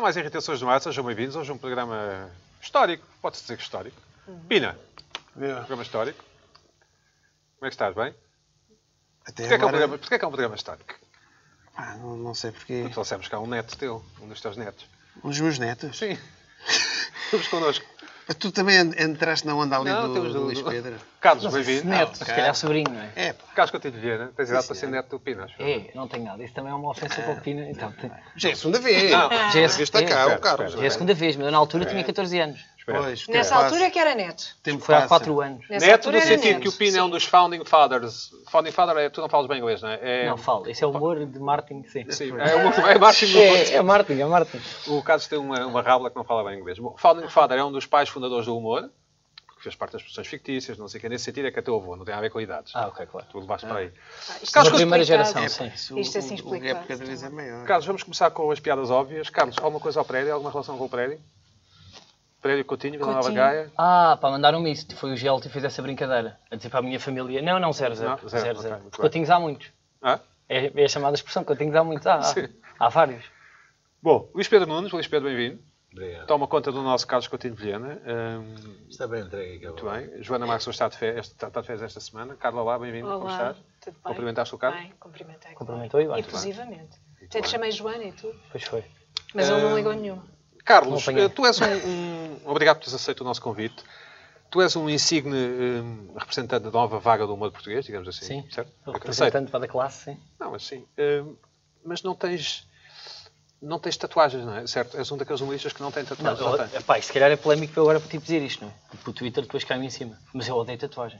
mais em retenções do ar, sejam bem-vindos. Hoje é um programa histórico, pode-se dizer que histórico. Pina, um Yeah. programa histórico. Como é que estás, bem? Porquê é que é Até um agora- programa, porquê é que é um programa histórico? Ah, não, não sei porquê. Trouxemos cá um neto teu, um dos teus netos. Os meus netos. Sim. Estamos connosco. Tu também en- entraste na onda ali Não, do, temos do do- Luís do- Pedro. Carlos, Mas esse bem-vindo. neto, Ah, se ok. calhar sobrinho, não é? É, pá. Carlos Coutinho de Viana, né? tens idade para ser senhora. neto do Pina, acho eu. É, não tenho nada. Isso também é uma ofensa para o Pina. Ah. Então, tem- Já é a segunda vez. Não. Já é a Já está segunda- cá, Espera, o Carlos. já é a segunda vez, mas eu na altura tinha 14 anos. Espera. Pois, tempo Nessa passa. altura é que era neto. Tempo Foi Ah, há passa. 4 anos. Nessa Neto altura no era sentido neto. que o Pina é um dos founding fathers. Founding father é. Tu não falas bem inglês, não é? é Não falo. Isso é humor de Martin, sim. Sim, é, o, é Martin Luther É, é Martin, é Martin. O Carlos tem uma, uma rábula que não fala bem inglês. Bom, Founding Father é um dos pais fundadores do humor, porque fez parte das produções fictícias, não sei o que. Nesse sentido é que é teu avô, não tem a ver com idades. Ah, ok, claro. Tu levaste para aí. Ah, isto Da Carlos, é primeira complicado. geração, Pá, sim. isso- Isto assim o, o gap explicado. cada vez é maior. Carlos, vamos começar com as piadas óbvias. Carlos, alguma coisa ao prédio? Alguma relação com o prédio? Prédio Coutinho, Vila Nova Coutinho. Gaia? Ah, pá, mandaram-me isso. Foi o Gel que fez essa brincadeira. A dizer para a minha família. Não, não, zero, zero. Não, zero, zero, ok, zero. muito bem. Continhos há muitos. Hã? É, é a chamada expressão, continhos há muitos. Ah, Há, há, Sim. há vários. Bom, Luís Pedro Nunes, Luís Pedro, bem-vindo. Obrigado. Toma conta do nosso Carlos Coutinho de Vilhena. Hum, Está bem entregue aqui. muito bem. Joana Marques hoje está de férias, está, está de férias esta semana. Carla, lá, bem-vindo. Como Olá, estás? tudo bem? Cumprimentaste o Carlos? Bem, cumprimentei. Cumprimentou e vai. Inclusivamente. Até te bem. chamei Joana e tudo, Pois foi. mas ele Ah, não ligou nenhuma. Carlos, Não apanhei. eh, tu és um, um- Obrigado por teres aceito o nosso convite. Tu és um insigne eh, representante da nova vaga do humor português, digamos assim. Sim. Um Certo? Aceito. Representante para da classe, sim. Não, mas sim. Eh, mas não tens. Não tens tatuagens, não é? Certo? És um daqueles humoristas que não tem Não, tatuagens. Não, tem. eu, epá, isto se calhar é polémico eu agora por tipo dizer isto, não é? Porque o Twitter depois cai-me em cima. Mas eu odeio tatuagem.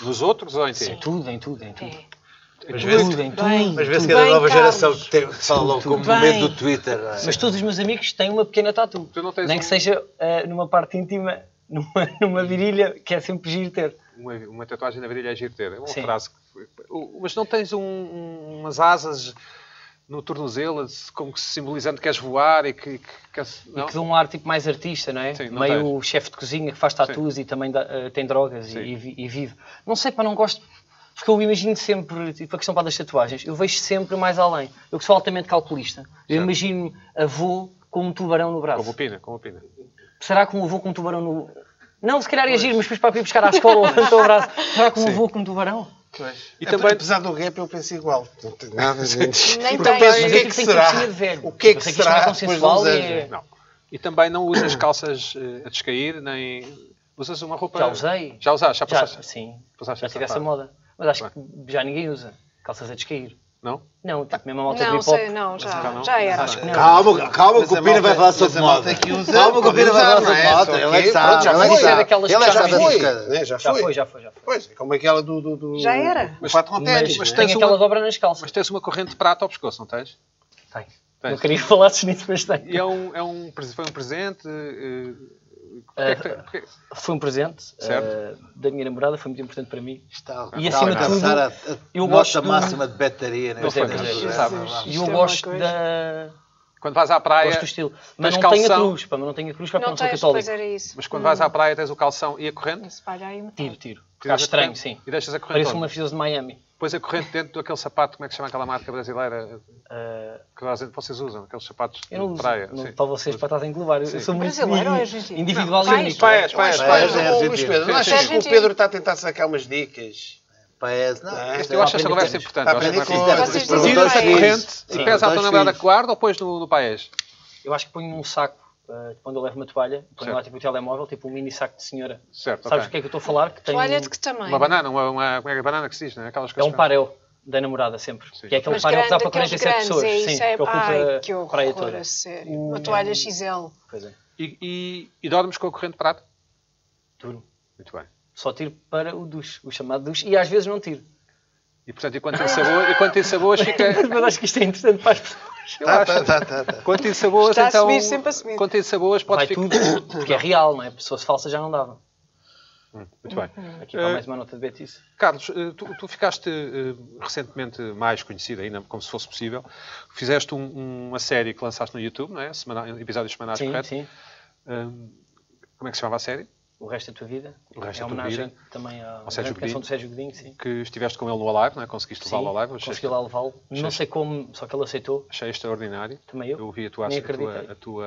Nos outros ou em ti? Em tudo, em tudo, em tudo. É. Mas Em vê-se tudo, em tudo. mas Mas, vê-se Tudo que é da bem, nova Carlos? geração que tem- falam com o Tudo momento bem. do Twitter. não é? todos os meus amigos têm uma pequena tatu. Tu não tens Nem um- que seja ah, numa parte íntima, numa, numa virilha, que é sempre giro ter. Uma, uma tatuagem na virilha é giro ter. É uma Sim. frase. que- o- Mas não tens um- um- umas asas no tornozelo, como que simbolizando que queres voar e que. que, que- não? E que dão um ar tipo mais artista, não é? Sim, não Meio chefe de cozinha que faz tatus e também dá- ah, tem drogas Sim. e, vi- e vive. Não sei, para não gosto. Porque eu imagino sempre, tipo, a questão para das tatuagens, eu vejo sempre mais além. Eu que sou altamente calculista, eu Certo. imagino avô com um tubarão no braço. Como opina, como opina. Será que um avô com um tubarão no. Não, se calhar ia giro, mas depois para ir buscar à escola levantou o braço. Será que um avô com um tubarão? Pois. E Ap- também- Então, Apesar do gap, eu penso igual. Não tem nada a ver. Nem Então tem. penso, o Mas que eu é digo que que tem que será? ser de velho. O que é que Mas é que isto não é será depois consensual dos e anos? é- Não. E também não usas calças eh, a descair, nem. Usas uma roupa. Já usei. Já usaste, já Já, passaste. sim, passaste já essa tive essa fase. moda. Mas acho que já ninguém usa. Calças a descair. Não? Não, tipo, mesmo a malta do Não, hip hop. sei, não, já não. já, já era. Acho que não. Calma, calma, Mas que a o Pina malta- vai falar mas sobre a malta é moda. que usa- Calma, que o pode Pina vai usar, falar não sobre é? moda. Só Ele é que- que sabe. pronto, já ele é foi. que sabe. Daquelas Ele que já é que sabe foi. essas coisas, né? Já Já foi, foi. já foi, já foi. Pois, é como aquela do... do, do... Já era. O fato com é? ténis. Mas, Mas, tem tem aquela aquela dobra nas calças. um Mas tens uma corrente de prata ao pescoço, não tens? Tem. Tens. Não queria falar nisso, mas E tem. é um, é um, pres- foi um presente. eh, eh, porque é que tem- porque- Foi um presente Certo. ah, da minha namorada, foi muito importante para mim. Está E está acima a de tudo, alcançar a- a eu nota gosto do- máxima de bateria. né? Pois é, pois é. Jesus, Sabe, lá. E Isto eu é uma gosto coisa. da. Quando vais à praia. Gosto do estilo. Mas Ah, é. Tens não tenho a calção? cruz, pá, mas não tenho a cruz, pá, porque Não não sou tens, pois católico. era isso. Mas quando vais à praia tens o calção e a corrente? Espalha aí um metade. Tiro, tiro. Tiras a Então. Acho estranho, corrente sim. E deixas a corrente. Parece onde? uma filha de Miami. Depois a corrente dentro daquele sapato, como é que se chama aquela marca brasileira eh, Ah, que toda a gente- vocês usam? Aqueles sapatos eu não de uso. praia. não- sim. para vocês, para estar a englobar. Eu- Eu sou muito Brasileiro ou argentino? individual é Não, e único. Pés, pés, Pá, pés. mas, é ô, Luís Pedro, não Sim, achas sim. que o Pedro está a tentar sacar umas dicas? Paes, não, Ah, isto Eu é- acho esta conversa Aprender importante. Está a eu acho aprender esta com conversa- Vocês Vocês dizem dizem Tiras a Sim. é corrente e Sim. pés à tua Dois namorada filhos. coar ou pões no, no paés? Eu acho que ponho num saco, ah, tipo, onde eu levo uma toalha, ponho lá Certo. tipo o telemóvel, tipo um mini saco de senhora. Certo, Sabes ok. o que é que eu estou a falar? Que tem Toalha um- de que tamanho? Uma banana, uma, uma, como é que é banana que se diz, né? Aquelas É coisas. um parel da namorada sempre. Sim. Que é aquele Mas parel que dá para grande, aqueles 47 pessoas. grandes, É sim, isso, é... que ocupa Ai, que a praia horror, assim. toda. a sério. Uma toalha XL. Pois é, E, e, e dormes com a corrente de prata? duro. Muito bem. Só tiro para o duche, o chamado duche, e às vezes não tiro. E portanto, e quando tem sabor, e quando tem sabores fica. Mas acho que isto é interessante para as pessoas. Eu Tá, acho. tá, tá, tá, tá. Quando tem sabores, Está a então. subir, sempre a subir. Quando tem sabores, pode Vai ficar. tudo, porque é real, não é? Pessoas falsas já não davam. Muito bem. Aqui para mais uma nota de Betis. Carlos, eh, tu, tu ficaste eh, recentemente mais conhecido, ainda como se fosse possível. Fizeste um- uma série que lançaste no YouTube, não é? Semana- episódios semanais, Sim, correto? sim. Hum, como é que se chamava a série? O resto da tua vida. O resto é da tua homenagem vida. também à Ao Sérgio grande Godinho. canção do Sérgio Godinho, sim. Que estiveste com ele no Alive, não é? Conseguiste levá-lo ao Sim, Live? Achei- Consegui lá levá-lo. Não Achei- sei como, só que ele aceitou. Achei extraordinário. Também eu. Eu vi a tua, Nem a tua, acreditei. a tua,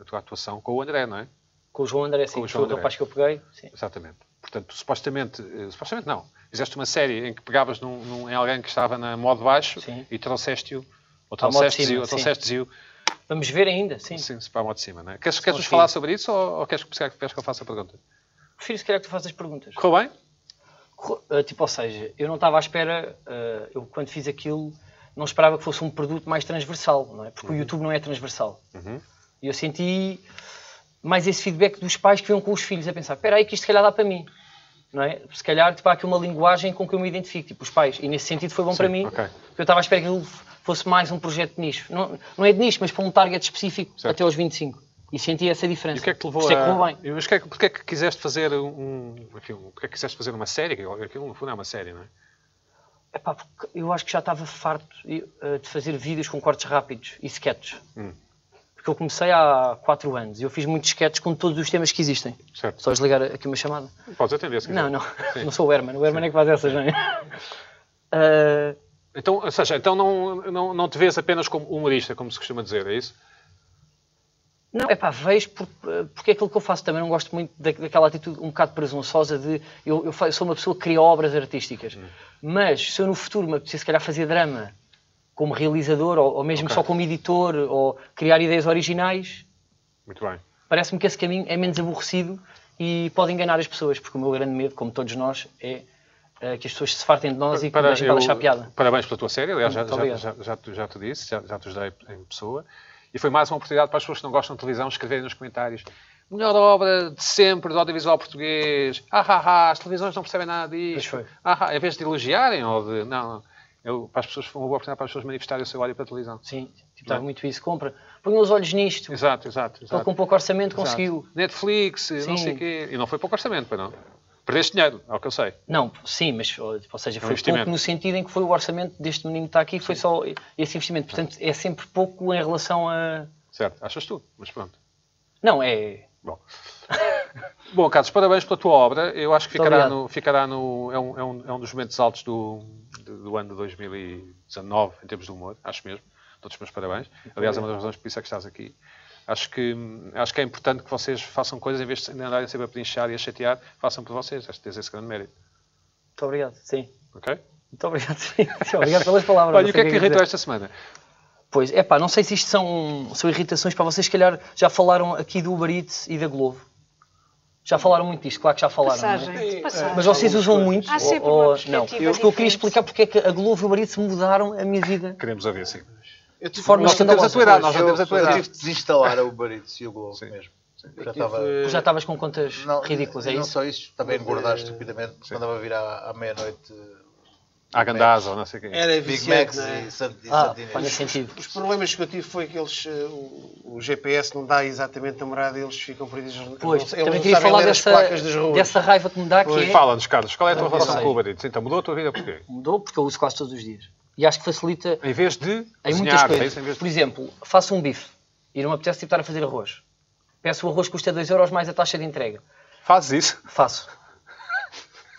a tua atuação com o André, não é? Com o João André, sim. Com o que João Foi o André. rapaz que eu peguei. Sim. Exatamente. Portanto, tu, supostamente, eh, supostamente não, fizeste uma série em que pegavas num- num- em alguém que estava na modo baixo Sim. e trouxeste-o, ou À modo de trouxeste-o, cima, ou sim. trouxeste-o, Vamos ver ainda, sim. sim, para a modo de cima, não é? Queres, queres nos sim. falar sobre isso ou, ou queres, que- queres que eu faça a pergunta? Prefiro se calhar que tu faças perguntas. Correu bem? Corre- eh, tipo, ou seja, eu não estava à espera, eh, eu quando fiz aquilo, não esperava que fosse um produto mais transversal, não é? Porque o YouTube não é transversal. Uhum. E eu senti mais esse feedback dos pais que vinham com os filhos a pensar, espera aí que isto se calhar dá para mim. Não é? Se calhar tipo, há aqui uma linguagem com que eu me identifico, tipo os pais. E nesse sentido foi bom para mim, ok. porque eu estava à espera que aquilo fosse mais um projeto de nicho. Não, não é de nicho, mas para um target específico Certo. até aos 25. E senti essa diferença. E o que é que te Por levou isso é que correu a... bem. e Mas que é que- porque é que quiseste fazer um... Enfim, porque é que quiseste fazer uma série? Que Aquilo, no fundo, é uma série, não é? Epá, porque eu acho que já estava farto eh, de fazer vídeos com cortes rápidos e sketches. Hum. Porque eu comecei há 4 anos e eu fiz muitos sketches com todos os temas que existem. Certo. Só desligar aqui uma chamada. Podes atender, se quiser. Não, não. Não sou o Herman. O Herman é que faz essas, não é? Ah, Então, ou seja, então não, não, não te vês apenas como humorista, como se costuma dizer, é isso? não, é pá, vejo por- porque é aquilo que eu faço também. Não gosto muito da- daquela atitude um bocado presunçosa de eu, eu fa- sou uma pessoa que cria obras artísticas. Hum. Mas se eu no futuro me apetecer, se calhar, fazer drama como realizador ou, ou mesmo Ok. só como editor ou criar ideias originais, Muito bem. Parece-me que esse caminho é menos aborrecido e pode enganar as pessoas, porque o meu grande medo, como todos nós, é eh, que as pessoas se fartem de nós e é que Para- me deixem para eu- deixar piada. Parabéns pela tua série, aliás, já, Muito já, obrigado. já, já, te- já te disse, já, já te ajudei em pessoa. E foi mais uma oportunidade para as pessoas que não gostam de televisão escreverem nos comentários melhor obra de sempre do audiovisual português. Ah, ah, ah, as televisões não percebem nada disto. Pois foi. Ah, ah, em vez de elogiarem ou de... Não, não. Eu, para as pessoas, foi uma boa oportunidade para as pessoas manifestarem o seu ódio para a televisão. Sim, tipo, estava muito isso. Compra, ponham os olhos nisto. Exato, exato. Ele exato. com pouco orçamento Exato. Então, conseguiu. Netflix, não Sim. sei o quê. E não foi pouco orçamento, pois não. Perdeste dinheiro, ao que eu sei. Não, sim, mas, ou ou seja, É foi um investimento. pouco no sentido em que foi o orçamento deste menino que está aqui, foi só esse investimento. Portanto, é sempre pouco em relação a. Certo, achas tu, mas pronto. Não, é. Bom. Bom, Carlos, parabéns pela tua obra. Eu acho que Muito ficará obrigado. no, ficará no. É um, é um, é um dos momentos altos do, do do ano de 2019, em termos de humor, acho mesmo. Todos os meus parabéns. Aliás, é uma das razões por isso é que estás aqui. Acho que, hum, acho que é importante que vocês façam coisas em vez de andarem sempre a pedinchar e a chatear, façam por vocês. Acho que tens esse grande mérito. Muito obrigado, sim. Ok? Muito obrigado, sim. Muito obrigado pelas palavras. Olha, não e o que sei é que te dizer. irritou esta semana? Pois, é pá, não sei se isto são, são irritações para vocês, se calhar já falaram aqui do Uber Eats e da Globo. Já falaram muito disto, claro que já falaram. não é? Passagem. Passagem. Mas vocês usam muito? Há sempre ou- uma ou- perspectiva não, eu, porque eu queria diferente. explicar porque é que a Globo e o Uber Eats mudaram a minha vida Queremos ouvir, sim. Eu tive- de forma Nós não temos a tua idade, escandalosa. nós já temos a tua eu idade. tive de desinstalar o Uber Eats e o Globo Sim. mesmo. Eu Já tive, estava... eh, Tu já estavas com contas Não, ridículas, é não isso? só isso, também engordar estupidamente, porque andava a vir à, à meia-noite A Gandaz, ou não sei quem. Era Big viciante, Macs não é? e Sant- e Ah, Santinês. pá, nesse sentido. Os problemas que eu tive foi que eles, eh, o, o GPS não dá exatamente a morada, eles ficam perdidos. Eles Pois, não- eles também não queria sabem falar ler as dessa, placas das ruas. dessa raiva que me dá, que E é, Fala-nos, Carlos, qual é a tua relação sei. com o Uber Eats? Então, mudou a tua vida porquê? mudou porque eu uso quase todos os dias. E acho que facilita Em vez de Em muitas cozinhar, coisas. é isso? Em vez de- Por exemplo, faço um bife e não me apetece tipo, estar a fazer arroz. Peço o arroz que custa 2 euros mais a taxa de entrega. Fazes isso? Faço.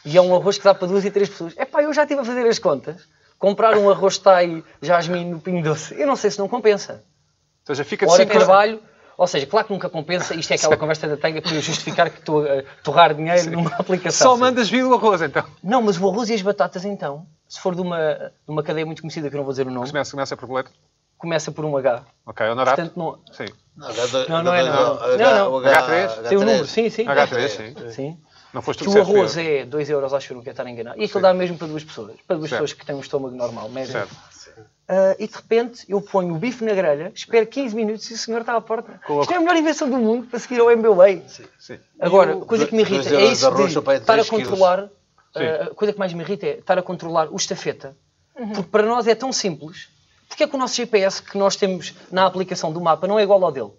E é um arroz que dá para duas e três pessoas. É pá, eu já estive a fazer as contas. Comprar um arroz Thai jasmine no Pinho Doce, eu não sei se não compensa. Ou seja, fica de Hora de 5 trabalho, ou seja, claro que nunca compensa. Isto é aquela conversa da tanga para eu justificar que estou a torrar dinheiro numa aplicação. Só mandas vir o arroz, então. Não, mas o arroz e as batatas então, se for de uma, de uma cadeia muito conhecida que eu não vou dizer o nome, Começa, começa por boleto. começa por um H. Ok, honorato. Portanto, não, Sim. Não, H2- Não, não é, não. H- Não, não. o H- H3? Tem o número, sim, sim. H3, sim. Sim. Não foste tu Que que o disseste, é, arroz foi eu. é 2 euros, acho que eu não quero estar a enganar. E aquilo Sim. dá mesmo para duas pessoas. Para duas Certo. pessoas que têm um estômago normal, médio. Certo. Ah, e de repente eu ponho o bife na grelha, espero 15 minutos e o senhor está à porta. Com a- Isto é a melhor invenção do mundo para seguir ao MBA. Sim. Agora, E o- coisa que me dois irrita é euros de isso arroz de só para estar a três quilos. controlar. Sim. ah, A coisa que mais me irrita é estar a controlar o estafeta. Porque para nós é tão simples. Porque é que o nosso GPS que nós temos na aplicação do mapa não é igual ao dele?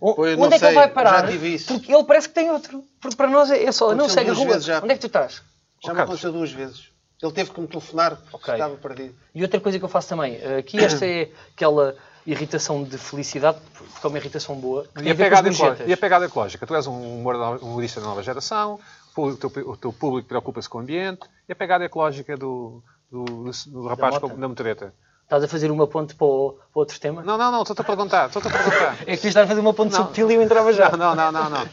O- Pois, não Onde é que ele sei, vai parar? já tive isso. Porque ele parece que tem outro. Porque para nós é é só, não Aconteceu segue a duas rua. vezes já. Onde é que tu estás? Já Oh, me Carlos. aconteceu duas vezes. Ele teve que me telefonar porque Ok. estava perdido. E outra coisa que eu faço também, eh, aqui esta é aquela irritação de felicidade, porque é uma irritação boa. que E tem a, ver com pegada os ecológica, gorjetas. e a pegada ecológica? Tu és um humor- humorista da nova geração, o teu, o teu público preocupa-se com o ambiente. E a pegada ecológica do, do, do- do rapaz mota? com, da motoreta? Estás a fazer uma ponte para o para outro tema? Não, não, não, estou-te a perguntar. Estou-te a perguntar. É que tu estás a fazer uma ponte Não. subtil e eu entrava já. Não, não, não, não. não.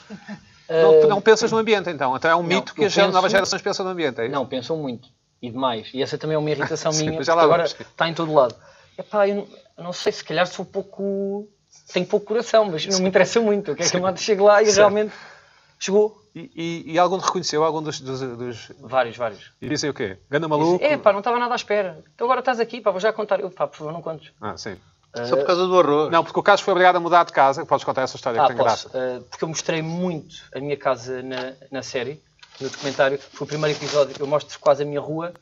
Eh, Não, não pensas no ambiente, então. Então é um mito que eu as gen- penso- novas gerações pensam no ambiente. É isso? Não, pensam muito. E demais. E essa também é uma irritação Sim, minha, mas porque já lá agora vamos. está em todo lado. Epá, eu não, eu não sei, se calhar sou pouco... Tenho pouco coração, mas não me interessa muito. O que é que a moto chega lá e realmente... Chegou. E, e- e algum reconheceu, algum dos. dos, dos- Vários, vários. e dizem o quê? Ganda maluco? É, pá, não estava nada à espera. Então agora estás aqui, pá, vou já contar. Eu, pá, por favor, não contes. Ah, sim. Só por causa do arroz. Não, porque o Carlos foi obrigado a mudar de casa. Podes contar essa história Ah, que tem posso. graça. eh, porque eu mostrei muito a minha casa na, na série, no documentário. Foi o primeiro episódio que eu mostro quase a minha rua.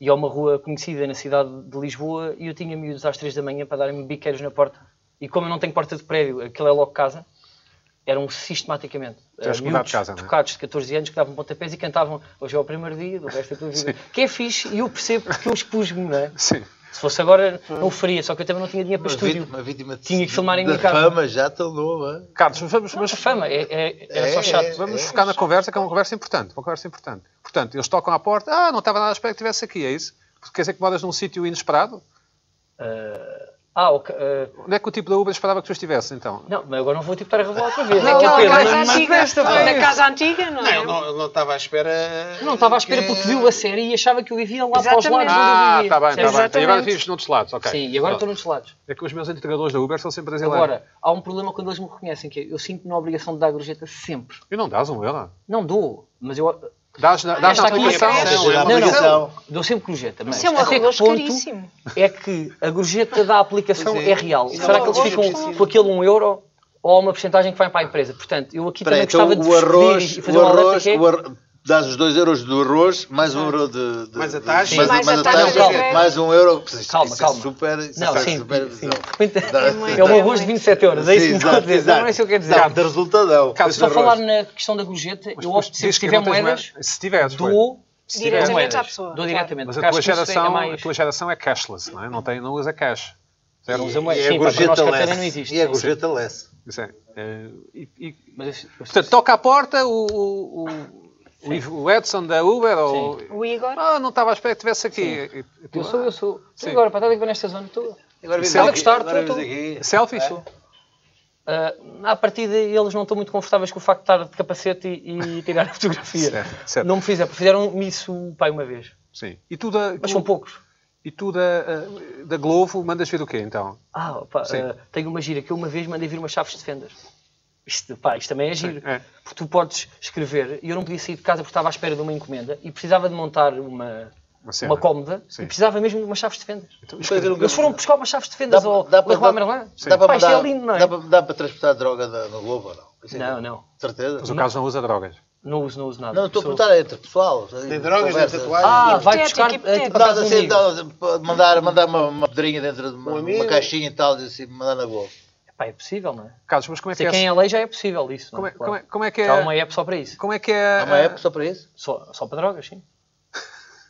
E é uma rua conhecida na cidade de Lisboa. E eu tinha miúdos às três da manhã para darem-me biqueiros na porta. E como eu não tenho porta de prédio, aquilo é logo casa, eram sistematicamente eh, Tiveste que mudar de casa, não é? tocados de 14 anos que davam pontapés e cantavam Hoje é o primeiro dia do resto da tua vida. que é fixe e eu percebo porque eu expus-me, não é? Sim. Se fosse agora, não o faria. Só que eu também não tinha dinheiro para Uma estúdio. vítima, uma vítima de- Tinha que filmar em da minha casa. fama já tão nova. Carlos, mas vamos. Mas Mas, a fama, é, é- era só É, chato. é. Vamos focar na conversa, que é uma conversa importante. Uma conversa importante. Portanto, eles tocam à porta. Ah, não estava nada à espera que estivesse aqui, é isso? Quer dizer que moras num sítio inesperado? Ah, ok. eh, Onde é que o tipo da Uber esperava que tu estivesses, então? Não, mas agora não vou tipo estar a revelar outra vez. é Naquela que é pena. casa Mas- antiga. na casa antiga, não é? Não, não, ele não estava à espera. Não estava à espera que- porque viu a série e achava que eu vivia lá para os Exatamente. lados Ah, onde eu vivia. tá está bem, está Percebes? bem. E agora Exatamente. vives noutros lados, ok. Sim, e agora estou Pronto. nos lados. É que os meus entregadores da Uber são sempre brasileiros. Agora, há um problema quando eles me reconhecem, que é eu sinto-me na obrigação de dar gorjeta sempre. E não dás um euro? não dou, mas eu... Dás na, dás na Esta aqui é aplicação? Sim. essa. é uma não, não, obrigação. dou sempre gorjeta, mas Isso é um até que arroz ponto caríssimo. é que a gorjeta da aplicação Pois é. é. real? Isso é Será um que eles arroz ficam caríssimo. com aquele 1 um euro ou há uma porcentagem que vai para a empresa? Portanto, eu aqui Espera aí, então também gostava de o vos pedir arroz, e fazer o uma alerta arroz, que é... o arro- dás os 2 euros do arroz, mais um euro de... de- Mais a de- taxa. mais, Mais mais a a taxa, taxa, calma. mais um euro. Isso- Calma, isso calma. É super, isso Não, é sim, super sim. não. De repente, Dá- é um arroz de muito. 27 euros, é isso que me estão a Exato, dizer. exato. Não é isso que eu quero dizer. Não, de resultadão. Cabo Só de falar arroz. na questão da gorjeta, eu Mas opto sempre diz se que tiver não tens moedas, moedas. Se tiveres, foi. dou Se tiver Diretamente moedas. à pessoa. Dou diretamente. Mas porque a tua, acho que isso é geração, mais- a tua geração é cashless, não é? Não, tem, não usa cash. E- Zero. Usa moeda. E Sim, pá, a para nós gorjeta carteira less. não existe. E Sim, a sim. gorjeta less. Isso é. Eh, e- e- Mas eu- eu- portanto, toca à porta o, o, o- o, Ivo- o Edson da Uber ou... O Igor. Ah, não estava à espera que estivesse aqui. E- e tu, Eu sou, eu sou. Sim. Agora, para estar a ver nesta zona toda. é Agora vimos aqui- agora estou. vimos ah, Selfies? É. Ah, à partida, eles não estão muito confortáveis com o facto de estar de capacete e, e tirar a fotografia. Certo, certo. Não me fizeram. Fizeram-me isso, pai, uma vez. Sim. E tu da, Mas um são poucos. e tu da, ah, da Glovo mandas vir o quê, então? Ah, pá, Sim. ah, tenho uma gira que eu uma vez mandei vir umas chaves de fendas. Isto, pá, isto também é giro. é. Porque tu podes escrever, e eu não podia sair de casa porque estava à espera de uma encomenda e precisava de montar uma, Uma cena. uma cómoda Sim. Então, e precisava mesmo de umas chaves de fendas. Eles Eles foram buscar umas chaves de fendas ao Leroy Merlin. Dá para Pá, isto é mandar- lindo, não é? Dá para, dá para transportar droga da- no Globo ou não? Isso é Não, que- não. Certeza? Mas o Carlos não usa drogas. Não uso, não uso nada. Não, estou a Sou- perguntar é entre pessoal. Tem drogas, conversa. tem tatuagens. Ah, vai Hipotético, buscar. hipotético. eh, para Dá, casa de um assim, amigo. dá- mandar, mandar uma, uma pedrinha dentro de uma, Um uma amigo. caixinha e tal, e assim, mandar na Globo. Pá, é possível, não é? Carlos, mas como é que Sei é, quem é lei já é possível isso. como não é, como é, Claro. como é que é, Já há uma app só para isso. como é que é, Há uma app só para isso? Só, só para drogas, sim.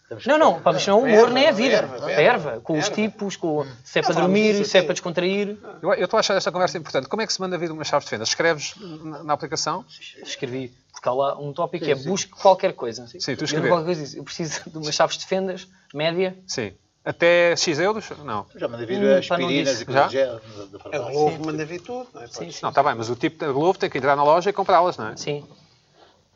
Temos Não, que- não, para isto não é humor, nem é vida. erva, A erva, erva, com os tipos, com se é para dormir, se é para descontrair. Eu eu estou a achar esta conversa importante. Como é que se manda vir uma chave de fenda? Escreves na, na aplicação? Escrevi, porque há lá um tópico que é busque qualquer coisa. Sim, tu Eu escreveste. qualquer coisa disse, eu preciso de umas chaves de fendas, média. Sim. Até X euros? Não. Já mandei vir Hum, as pá, não aspirinas disse. e coisas Já? do género, da- da É farmácia. Globo, manda vir tudo. não é? Sim, sim. Não, está bem, mas o tipo da Globo tem que entrar na loja e comprá-las, não é? Sim.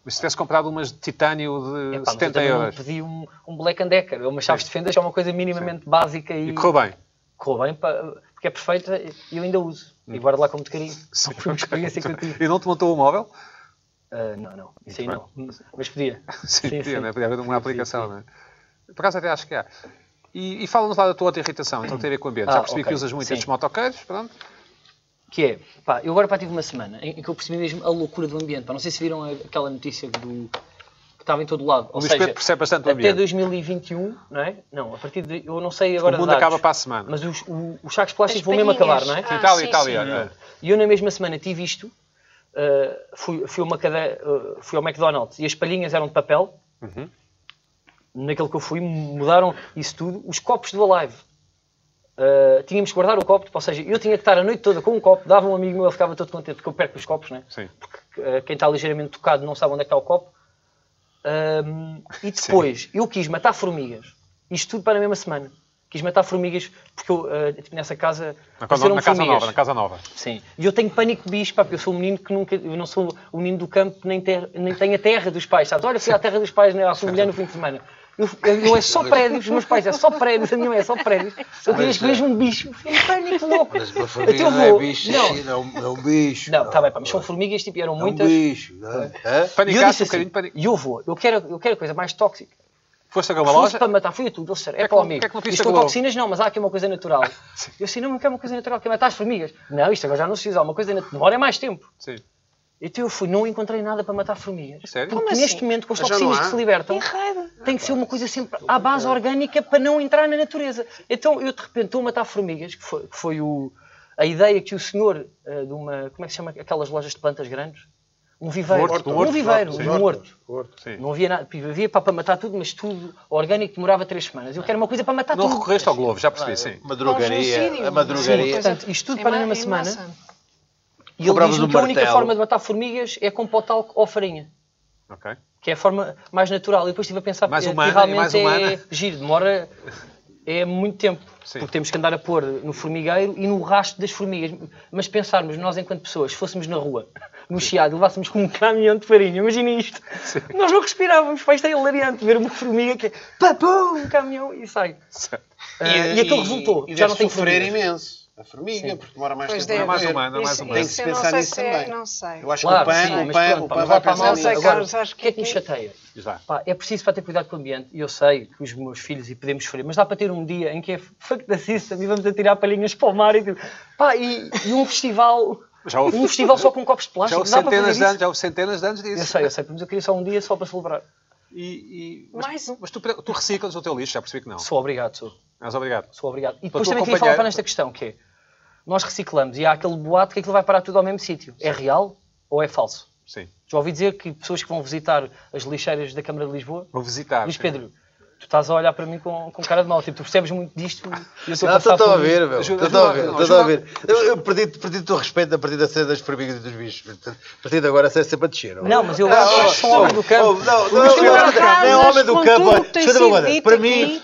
Mas se tivesse comprado umas de titânio de Epá, mas eu 70 também não euros pedi um, um Black and Decker. Umas chaves de fendas é uma coisa minimamente básica e, e correu bem. correu bem, pá, porque é perfeita e eu ainda uso. Hum. E guardo lá com muito carinho. Só por uma experiência que eu tive. E não te montou o móvel? Ah, não, não. Isso aí bem. não. Mas podia. Sim, Sim, podia, sim. né? Podia haver uma aplicação, não é? Por acaso até acho que há. E, e fala-nos lá da tua outra irritação, então que tem a ver com o ambiente. Já Ah, percebi ok. que usas muito Sim. estes motoqueiros, pronto. Que é, pá, eu agora pá, tive uma semana em, em que eu percebi mesmo a loucura do ambiente. Pá, não sei se viram a- aquela notícia do, que estava em todo lado. O Ou Luís seja, Pedro percebe bastante o até ambiente. 2021, não é? Não, a partir de. Eu não sei agora. O mundo dados, acaba para a semana. Mas os, o- os sacos plásticos As vão mesmo acabar, não palhinhas. é? Ah, Itália, sim, Itália. sim. é. E eu na mesma semana tive isto, uh, fui, fui, a uma cade- uh, fui ao McDonald's e as palhinhas eram de papel, Uhum. naquele que eu fui mudaram isso tudo, os copos do Alive. Uh, tínhamos que guardar o copo, tipo, ou seja, eu tinha que estar a noite toda com um copo, dava um amigo meu, ele ficava todo contente, porque eu perco os copos, né? Sim. Porque uh, quem está ligeiramente tocado não sabe onde é que está o copo. Um, e depois, eu quis matar formigas, isto tudo para a mesma semana. Quis matar formigas, porque eu, uh, tipo, nessa casa, Na, casa, apareceram na casa formigas. nova, na casa nova. Sim. E eu tenho pânico de bicho, pá, porque eu sou um menino que nunca. Eu não sou o menino do campo, nem, ter, nem tenho a terra dos pais, sabes? Olha, fui à terra dos pais, né? à sua mulher no fim de semana. Eu, eu, eu é só prédios, os meus pais é só prédios, a minha mãe é só prédios. Eu tinha que vejo um bicho, fico em pânico louco. Mas uma Eu te formiga não vou- é bicho, não. é um, é um bicho. Não, tá bem, pá, mas são formigas, tipo, e eram É um muitas. bicho. não é? Hã? E eu Panicaste disse um bocadinho, assim, panic... e eu vou, eu quero, eu quero a coisa mais tóxica. Foste a Se uma fosse loja? para matar, fui a tudo, eles disseram, Porquê que é para o não- amigo. porquê que não pediste Isto a com Globo? toxinas não, mas há aqui uma coisa natural. Eu assim, não, não quero uma coisa natural, quero matar as formigas. Não, isto agora já não se usa, há uma coisa natural, demora é mais tempo. Sim. Então eu fui, não encontrei nada para matar formigas. Sério? Porque Como assim? neste momento, com as Mas já não toxinas há? que se libertam, Que raiva. tem que ser uma coisa sempre à base orgânica para não entrar na natureza. Então eu de repente estou a matar formigas, que foi, que foi o- a ideia que o senhor eh, de uma. Como é que se chama aquelas lojas de plantas grandes? Um viveiro. Horto, um horto, viveiro, horto, sim. um horto. Sim. Não havia nada, havia pá, para matar tudo, mas tudo orgânico demorava três semanas. Eu quero uma coisa para matar Não tudo. recorreste ao Globo, já percebi, sim. Madrugaria. A Sim, madrugaria. portanto, isto tudo para a mesma semana. E ele Compravas diz-me um que a única martelo. forma de matar formigas é com pó talco ou farinha. Ok. Que é a forma mais natural. E depois estive a pensar Mais eh, humana, que realmente mais é humana. giro, demora é muito tempo. Sim. Porque temos que andar a pôr no formigueiro e no rastro das formigas. Mas pensarmos, nós enquanto pessoas, se fôssemos na rua, no chiado, levássemos com um caminhão de farinha, imagina isto. Nós não respirávamos, pá, isto é hilariante, ver uma formiga que é pá, pum, um caminhão e sai. Certo. Ah, e aquilo resultou, E deve já não tem sofrer formigas. imenso a formiga, porque demora mais Pois tempo. deve. a É mais morrer. humano, é mais humano. Tem que se Eu não pensar sei nisso se é- também. não sei. Eu acho Claro, que o PAN, sim, o mas PAN, pronto, o pá, PAN mas vai vai para a pensar Não sei, nisso. Agora, Carlos, acho o que que é que me aqui- chateia? Já. Pá, é preciso para ter cuidado com o ambiente. E eu sei que os meus filhos e podemos sofrer, mas dá para ter um dia em que é fuck da system e vamos atirar palhinhas para o mar e tudo. Pá, e, e um festival. Já houve- um festival só com copos de Já plástico. houve dá para centenas de fazer anos, isso? já houve centenas de anos Eu disso. sei, eu sei, mas eu queria só um dia só para celebrar. E, e- Mais um. Mas tu, tu reciclas o teu lixo, já percebi que não. Sou obrigado, sou. Mas obrigado. Sou obrigado. E Para o depois teu também queria falar companheiro- para nesta questão, que é, nós reciclamos e há aquele boato que aquilo vai parar tudo ao mesmo sítio. É real ou é falso? Sim. Já ouvi dizer que pessoas que vão visitar as lixeiras da Câmara de Lisboa Vou Ah, visitar. Luís sim. Pedro, tu estás a olhar para mim com, com cara de mal, tipo, tu percebes muito disto e eu estou a Não, passar estou a por- ver, meu. Ajuda- Estou a ajuda- ver, não, estou ajuda- a ver. Eu, eu perdi, perdi o teu respeito a partir da cena das formigas e dos bichos. Portanto, A partir de agora é sempre a descer. ó. Não, mas eu acho que sou um homem do Oh, campo. não, não, Mas não, tu não, atrasas não é homem do com campo. tudo que tem Escuta uma sido coisa, dito para aqui. mim,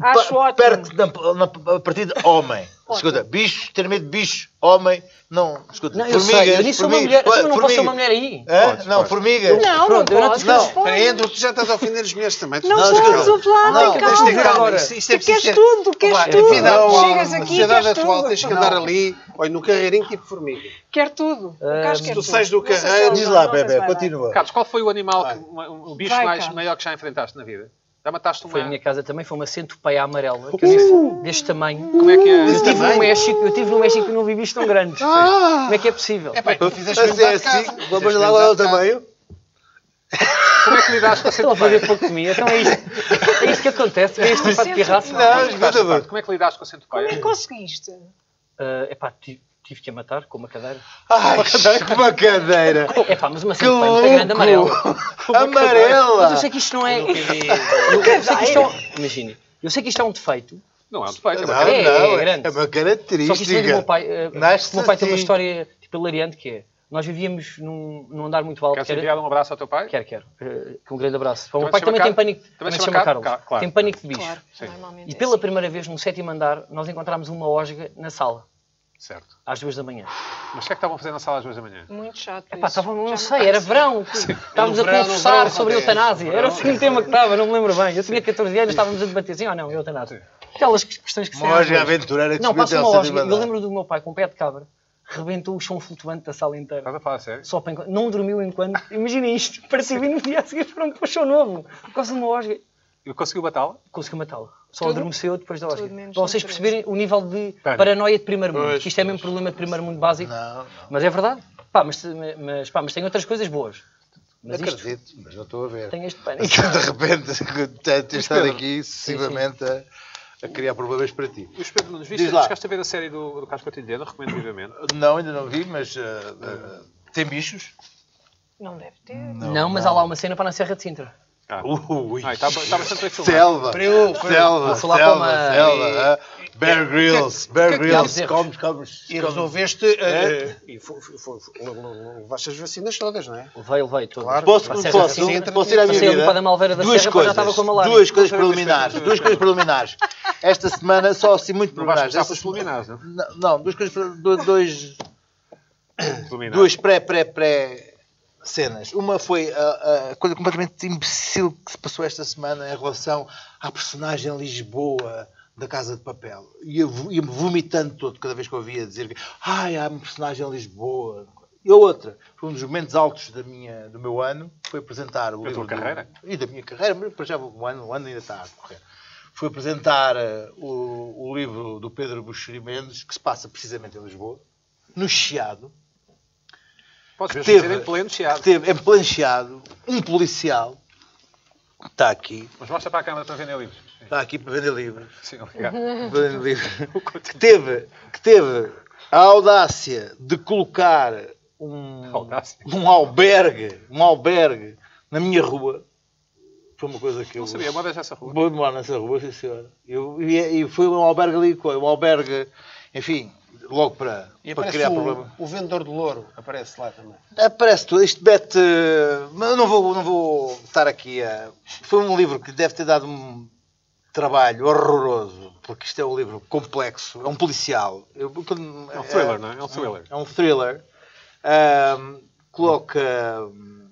Acho pa- ótimo. perto da- na- a partir de homem. Escuta, bicho, ter medo de bicho, homem, não. Escuta, Não, eu formigas, sei, eu nem sou uma mulher, formigas, então eu não posso ser formigas. uma mulher aí. Hã? Podes, Não, podes. formigas. Não, Pronto, eu não não te podes, não. responde. Peraí, Andrew, tu já estás a ofender as mulheres também. tu Não, Não, sabes, escuta. estamos Carlos. a falar, Não, calma. tens de ter calma. Agora, Isto- isto é Tu queres preciso ter- tudo, queres Vai, tudo. Vida ao- Chegas à aqui e sociedade queres atual, tudo. tens que andar ali, olha, no carreirinho tipo formiga. Quer tudo. O Carlos Ah, quer tu tudo. sais do Não sei se carreiro, ele- Diz lá, não sei se bebê, vai dar. continua. Carlos, qual foi o animal, que- o bicho Vai, mais Carlos. maior que já enfrentaste na vida? Já mataste uma... Foi a minha casa também, foi uma centopeia amarela, que eu disse, Uh! deste tamanho. Como é que é? assim? Eu tive, no México, eu tive no México e não vi bicho tão grande. Ah! Como é que é possível? É pá, tu fizeste Mas mesmo é dar de casa. assim, vamos Fizeste lá mesmo olha dar o de casa. tamanho. Como é que lidaste com a Estou a fazer centopeia? pouco de mim, então é isto. É isto que acontece, é este tipo de pirraça. Não, Como é que lidaste, escuta, Eduardo? mano. Como é que lidaste com a centopeia? Como é que conseguiste? Ah, epá, tive, tive que a matar com uma cadeira. Ai, que uma cadeira. Epá, É mas uma Que centopeia muito grande louco. amarela. Mas eu Amarela. sei que isto não é. Eu, eu sei que isto é um... Imagina, eu sei que isto é um defeito, Não, é um defeito. é uma Não, cara- é não, grande. É uma Só que isto vem do meu característica. pai. eh, Nasce o meu pai tem uma assim. história tipo, hilariante que é. Nós vivíamos num, num andar muito alto. Queres que era- enviar um abraço ao teu pai? Quero, quero. Eh, com um grande abraço. O meu Também pai se chama também tem Carlos? pânico. Também Também se se chama chama Carlos. Carlos? Ca- claro. Tem pânico de bicho. Claro, Sim. normalmente E é pela assim. primeira vez, no sétimo andar, nós encontramos uma osga na sala, Certo. às duas da manhã. Mas o que é que estavam a fazer na sala às duas da manhã? Muito chato Epá, isso. estava, não Já sei, era verão. Estávamos No a verão, no conversar verão, sobre a acontece. eutanásia. Era assim o tema que estava, não me lembro bem. Eu tinha 14 anos, estávamos a debater assim, ou não, eutanásia. Aquelas questões que se Uma osga aventureira que Não, se meteu passa ao uma centro osga. de Eu lembro do meu pai com um pé de cabra, rebentou o chão flutuante da sala inteira. Estás a falar sério? Só para enquanto- Não dormiu enquanto. Imagina isto. Parecia vir no dia a seguir para um show novo. Por causa de uma osga. E conseguiu matá-la? Conseguiu matá-lo. Só Tudo? adormeceu depois da osga. Tudo menos Para vocês natureza. perceberem o nível de Pânico. paranoia de primeiro mundo. Pois, que isto é mesmo problema de primeiro mundo básico. Não, Mas é verdade. Pá, mas, mas, pá, mas tem outras coisas boas. não Mas isto acredito, mas não estou a ver. tem este E pânico. que de repente tens estado Pedro. aqui sucessivamente a, a criar problemas para ti. Luís Pedro Nunes, viste, Diz lá. chegaste a ver a série do, do Carlos Cotidiano, recomendo vivamente. Não, ainda não vi, mas ah, ah, tem bichos? Não deve ter. Não, mas há lá uma cena para na Serra de Sintra. Ah. Ui, tá Ah, está está bastante bem filmado. selva, Para eu- para eu- selva, vou falar selva, para uma- selva. ah. Bear Grylls, Bear que- Grylls, que- comes, comes. E resolveste. eh, eh, E fo- fo- fo- fo- levaste as vacinas todas, não é? Levei, levei tudo. Claro. Posso, Vai posso, ser posso, assim, posso, ir à minha Passei ali vida? para a Malveira da duas Serra, coisas, mas já estava com malária. duas coisas preliminares, duas coisas preliminares. Esta semana só assim muito Não vais preliminares. começar Esta pelos semana- preliminares, não? é? Não, não, duas coisas, pre- do- dois, Preliminares. duas pré, pré, pré cenas. Uma foi a, a coisa completamente imbecil que se passou esta semana em relação à personagem Lisboa da Casa de Papel. E eu vo- ia-me vomitando todo cada vez que eu ouvia dizer que ai, há uma personagem Lisboa. E a outra, foi um dos momentos altos da minha, do meu ano, foi apresentar o Da tua livro do- carreira? e da minha carreira, mas para já o ano, o ano ainda está a decorrer. Fui apresentar eh, o, o livro do Pedro Buxeri Mendes, que se passa precisamente em Lisboa, no Chiado, Podes mesmo teve- dizer em pleno que chiado. teve emplancheado um policial, que está aqui, Mas mostra para a câmara para vender livros. Sim, está aqui para vender livros, Sim, obrigado. para vender livros, que teve, que teve a audácia de colocar um, Audácia. um albergue, um albergue na minha rua, foi uma coisa que eu Não sabia, modas dessa rua. Vou morar nessa rua, sim senhora. Eu, e, e foi um albergue ali, co- um albergue, enfim, logo para, E para aparece criar o, problema. o vendedor de louro, aparece lá também. Aparece tudo, isto bete. Mas eu não vou, não vou estar aqui a. Foi um livro que deve ter dado um trabalho horroroso, porque isto é um livro complexo, é um policial. Eu- quando- É um thriller, não é? É um thriller. É um thriller. Ahm, coloca hum,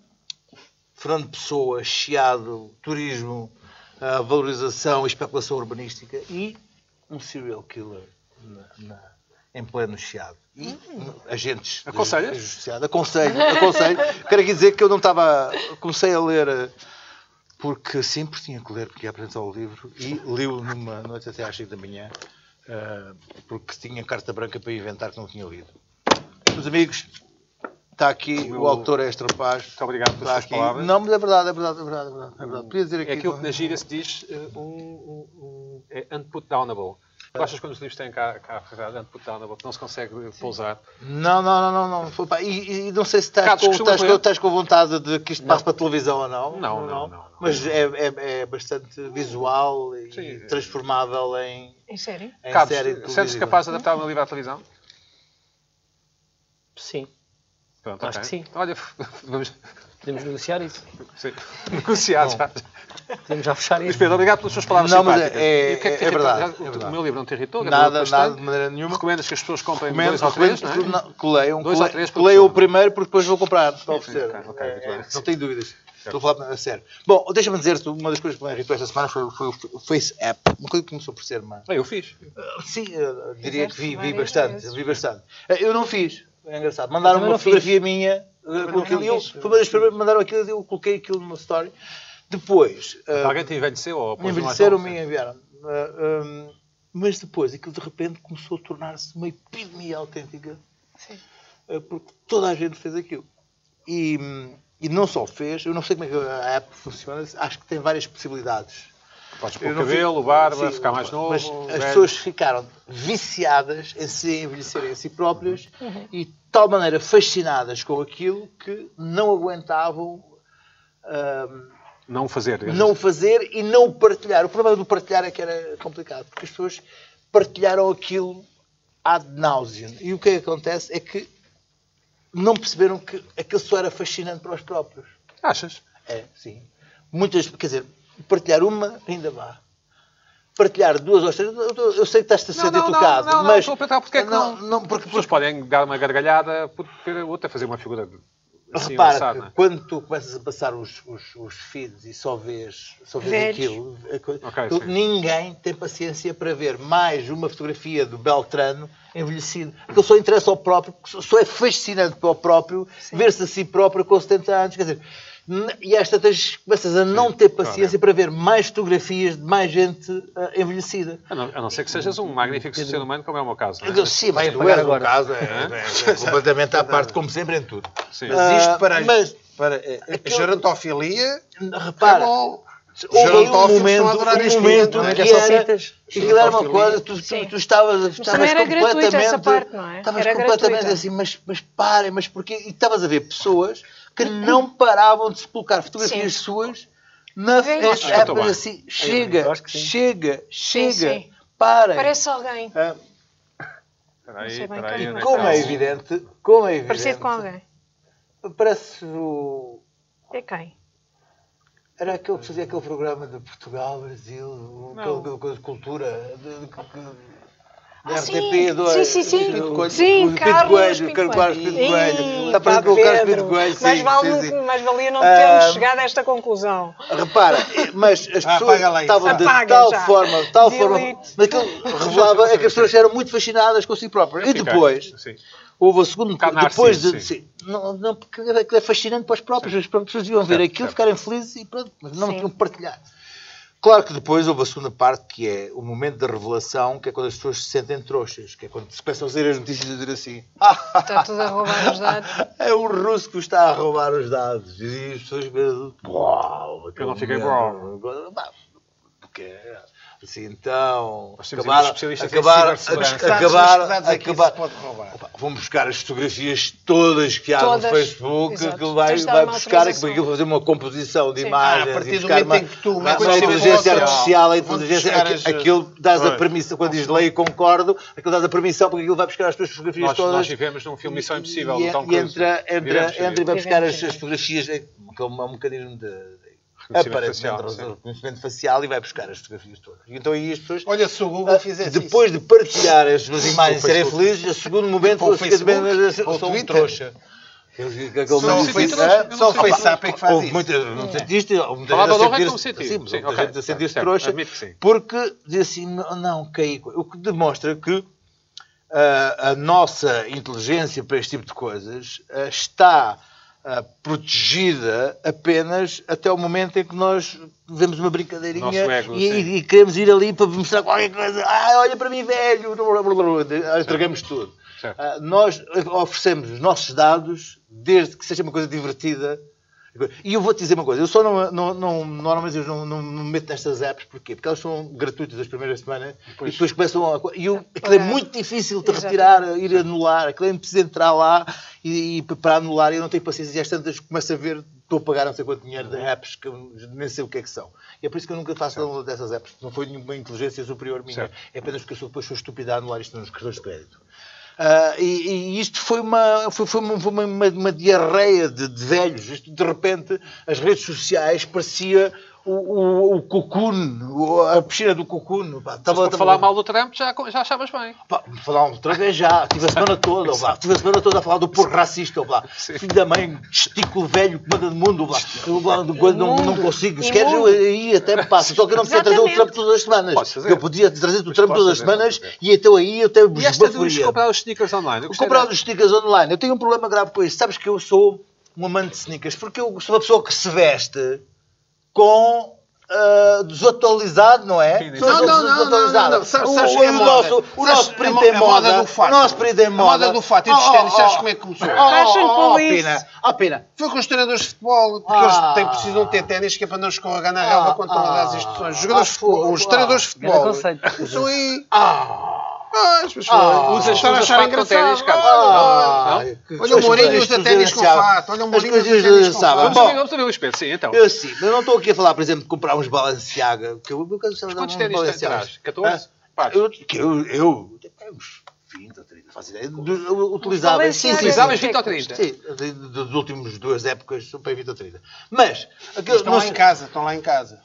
Fernando Pessoa, Chiado, turismo, ah, valorização e especulação urbanística e um serial killer na- na- em pleno Chiado. E hum, agentes. da Aconselhas? Justiça Associado. Aconselho, aconselho. Quero aqui dizer que eu não estava. Comecei a ler eh, porque sempre tinha que ler, porque ia apresentar o livro e li-o numa noite até às 5 da manhã, eh, porque tinha carta branca para inventar que não tinha lido. Meus amigos, está aqui, o, meu- autor é extrapaz. Muito obrigado pelas Está suas aqui. palavras. Não, mas é verdade, é verdade, é verdade. É verdade, é verdade. Podia dizer aqui. É aquilo que não- na gíria se diz eh, um, um, um, é unputdownable. Tu achas que quando os livros têm cá, cá a frase unputdownable, que não se consegue eh, pousar? Não, não, não, não, não. Foi pá, E, e não sei se estás, Carlos, com, costumas estás, ler? com- estás com vontade de que isto passe para a televisão ou não. Não, não, não, não. Mas é, é- é bastante visual e Sim. transformável em, Em sério? em Carlos, É série de sentes televisão. capaz de adaptar um livro à televisão? Sim, Pronto, Acho ok. que sim. Olha, vamos podemos negociar isso. sim, negociar já. Podemos já fechar Luís isso. Pedro, obrigado pelas suas palavras Não, mas é- simpáticas. é- E o que é que te é irritou? verdade, Já- é o- O verdade. meu livro não te irritou? Nada, Bastante. nada, de maneira nenhuma. Recomendas que as pessoas comprem Recomendo- dois ou três, não é? recomendo- não, que leiam, Dois que ou le- três que por leiam um o pessoa. primeiro porque depois vou comprar para oferecer. ok, ok, muito É, bem. não tenho dúvidas. Estou a falar a sério. Bom, deixa-me dizer-te, uma das coisas que me irritou esta semana foi, foi o Face App. Uma coisa que começou por ser uma, Ah, eu fiz. Sim, eu diria que vi, vi várias bastante, vezes. vi bastante. Eh, Eu não fiz, é engraçado. Mandaram também uma não fiz. fotografia minha, eh, com aquilo, e eu, foi uma das primeiras, mandaram aquilo, e eu coloquei aquilo numa story. Depois, eh, Alguém te envelheceu ou me pôs no envelheceram-me iPhone? e enviaram. Eh, hum, mas depois, aquilo de repente começou a tornar-se uma epidemia autêntica, Sim. eh, porque toda a gente fez aquilo. E, hum, e não só fez, eu não sei como é que a app funciona, acho que tem várias possibilidades. Podes pôr Eu o não fico- cabelo, barba, Sim, ficar mais novo. Mas as velho. pessoas ficaram viciadas em se envelhecerem a si próprias e de tal maneira fascinadas com aquilo que não aguentavam hum, ahm, Não fazer. é digamos não o fazer e não o partilhar. O problema do partilhar é que era complicado, porque as pessoas partilharam aquilo ad nauseam. E o que é que acontece é que não perceberam que aquilo só era fascinante para os próprios. assim. Achas? É, sim. Muitas, quer dizer, partilhar uma ainda vá. Partilhar duas ou três, eu, eu- eu sei que estás a ser Não, não, educado, não, não, não, é mas. estou a perguntar porque é que não- Porque porque as pessoas podem dar uma gargalhada por ter a outra é fazer uma figura de- assim, repara engraçada, não que é? quando tu começas a passar os, os, os feeds e só vês, só vês Velhos. aquilo, a coisa- Ok, tu- sim. ninguém tem paciência para ver mais uma fotografia do Beltrano envelhecido. Aquilo só interessa ao próprio, só- só é fascinante para o próprio ver-se a si próprio com 70 anos. Quer dizer, n- e às tantas começas a não ter paciência para ver mais fotografias de mais gente ah, envelhecida. A não, a não ser que sejas um magnífico ser humano, como é o meu caso. não é? Eu digo, sim, mas Vai tu apagar és um agora. caso, é, é- é completamente à parte, como sempre em tudo. Sim. Ah, isto para- mas, Para, eh, Gerontofilia repara, é bom. houve ali um Gerontófilos momento, estão a adorar um este momento momento, que não é? Já só era, citas. que aquilo era uma Gerontófilos. coisa, tu, tu, Sim. tu estavas, tu estavas também era gratuita completamente, essa parte, não é? estavas Era completamente gratuita. assim, mas, mas parem, mas porquê? E estavas a ver pessoas que não paravam de se colocar fotografias Hum. Sim. suas Nothing Sim. has Acho que eu estou happened bem. assim. Chega, acho que sim. chega, chega. sim. Parem. Parece alguém. Ah, Espera aí, Não sei bem espera aí, quem onde é é. que como está é o- evidente, como é evidente. Parecido com alguém. Parece o. É quem? Era aquele que fazia aquele programa de Portugal, Brasil, o- Não. aquele de- de cultura. de- de- que- da Ah, sim. RTP, do- Sim, sim, sim. Pinto Coelho. Sim, O Pinto Carlos Coelho, Pinto Carlos Coelho. Pinto Coelho. Ih, Está para pá, o Carlos Pedro, Pinto Coelho. sim, mais, vale, sim, sim. mais valia não Ah, termos chegado a esta conclusão. Repara, mas as Ah, pessoas apaga lá isso. estavam de Apaga tal já. forma, de tal forma, Delete. naquele revelava é que as pessoas eram muito fascinadas com si próprias. E Fiquei. depois, Sim. houve o segundo, Um bocado depois narciso, de... sim. sim, Não, não, porque aquilo é fascinante para os próprios, as pessoas deviam ver Certo, aquilo, certo. ficarem felizes e pronto, mas não Sim. deviam partilhar. Claro que depois houve a segunda parte, que é o momento da revelação, que é quando as pessoas se sentem trouxas, que é quando se começam a ler as notícias e dizer assim... "Ah, Está tudo a roubar os dados. é o russo que está a roubar os dados. E as pessoas. Uau! aquele Eu não fiquei momento. Bah, Porque. Assim, então. Nós temos aí um especialista em acabar, cibersegurança. acabar, dados aqui acabar. se é pode roubar. Opa, Vão buscar as fotografias todas que há no Todas. Facebook, Exato. que vai, Tens de dar vai uma buscar autorização. aquilo, fazer uma composição de Sim. imagens. Ah, a partir e do buscar momento uma, em que tu uma- metes uma o inteligência conhecimento artificial, a artificial, vão-te inteligência, buscar aqu- as- aquilo dás a Pois. permissão, quando diz lei concordo, aquilo dás a permissão porque aquilo vai buscar as tuas fotografias Nós, todas. nós vivemos num filme Missão Impossível, E, do Tom e Cruise. Vivemos, entra, entra, vivemos. entra e vai buscar as, Vivemos, as fofografias, é como é um mecanismo de, de Reconhecimento aparentemente facial, sim. reconhecimento facial e vai buscar as fotografias todas. E Então aí as pessoas, Olha, se o Google ah, fizesse depois de partilhar as suas imagens e serem Facebook. felizes, a segundo momento Ou o eles ficam Facebook, sabendo, mas eu ou o sou um Twitter. trouxa. Eu digo que aquele isso, só não o sei fez- se trouxa, eu FaceApp, só o sei. FaceApp é que faz Houve isso. muita, não sentiste? Houve muita Falava gente a do Rei sentir-se- como sentido. Sim, mas Sim, muita ok, gente a sentir-se certo, trouxa. admito que sim. Porque dizia assim, não, não, caí. co-". O que demonstra que ah, a nossa inteligência para este tipo de coisas ah, está ah, protegida apenas até o momento em que nós vemos uma brincadeirinha Nosso ego, e, sim. e- e queremos ir ali para mostrar qualquer coisa. Ah, olha para mim, velho! blá, blá, blá, blá. Entregamos tudo. Certo. Ah, nós oferecemos os nossos dados desde que seja uma coisa divertida. E eu vou-te dizer uma coisa, eu só não, não, não- normalmente eu não, não me meto nestas apps, porquê? Porque elas são gratuitas as primeiras semanas e depois começam a... E eu, aquilo é Pagar. muito difícil de Exatamente. retirar, ir anular, aquilo é preciso entrar lá e, e para anular eu não tenho paciência e às tantas começo a ver, estou a pagar não sei quanto dinheiro de apps que eu nem sei o que é que são. E é por isso que eu nunca faço download dessas apps, não foi nenhuma inteligência superior minha, Certo. é apenas porque eu sou, depois sou estúpido a anular isto nos cartões de crédito. Ah, e, e isto foi uma, foi, foi uma, foi uma- uma- uma diarreia de, de velhos. Isto, de repente, as redes sociais parecia o, o, o cocoon, o- a piscina do cocoon. Pá, Mas Tava- por tava- falar mal do Trump, já, já achavas bem. Pá, falar outra vez já, tive a semana toda, ó, pá, tive a semana toda a falar do porco racista, ó, pá, Sim. filho da mãe, testículo velho que manda do mundo, ó, pá, Eu, pá, do- quando não, não consigo, se queres eu aí até me passo, só que eu não precisava trazer o Exatamente. Trump todas as Podes semanas, fazer. eu podia trazer o podes Trump todas as fazer, semanas podes fazer. e então aí eu tenho E esta dos comprar os sneakers online? Eu o gostei comprar dessa. os sneakers online. Eu tenho um problema grave com isso. Sabes que eu sou um amante de sneakers porque eu sou uma pessoa que se veste com. ah, desatualizado, não é? Sim, Sou uma não, pessoa não, não, desatualizada. não, não. Sabes- O- sabes, o, é o moda. nosso, o Sabes, nosso é período mo- em é moda. moda do fato. O nosso período em A moda. Ah, moda do fato e dos ténis, sabes como é que começou? Fashion police. Pina. Oh, Pina. Foi com os treinadores de futebol, porque eles Ah. têm, precisam ter ténis que é para não escorregar na relva quando estão a dar as instruções. Os, jogadores Ah, de futebol, os ah. treinadores de Grande futebol conceito. começam aí. Ah, Ah, as pessoas Ah. usam Usas estão a usas achar fato com ténis, engraçado. Carlos? ah, Ah, Não? que- Olha o Mourinho usa as ténis com coisas fato. Olha o Mourinho as usa coisas ténis com sabe. fato. Vamos Bom. ver- vamos ver o espelho, sim, então. Eu sim, mas eu não estou aqui a falar, por exemplo, de comprar uns Balenciaga. Que eu, eu quero saber Quantos uns ténis tens Balenciaga. atrás? então 14? assim, Ah, Pares. Eu, que eu, eu até uns 20 ou 30, não faço ideia. Do- eu Utilizava. Balenciaga. sim, sim, Utilizáveis sim. 20 ou 30? Sim, de- de- das últimas duas épocas, super 20 ou 30. Mas, aquele, ah, Estão lá é em casa, estão lá em casa.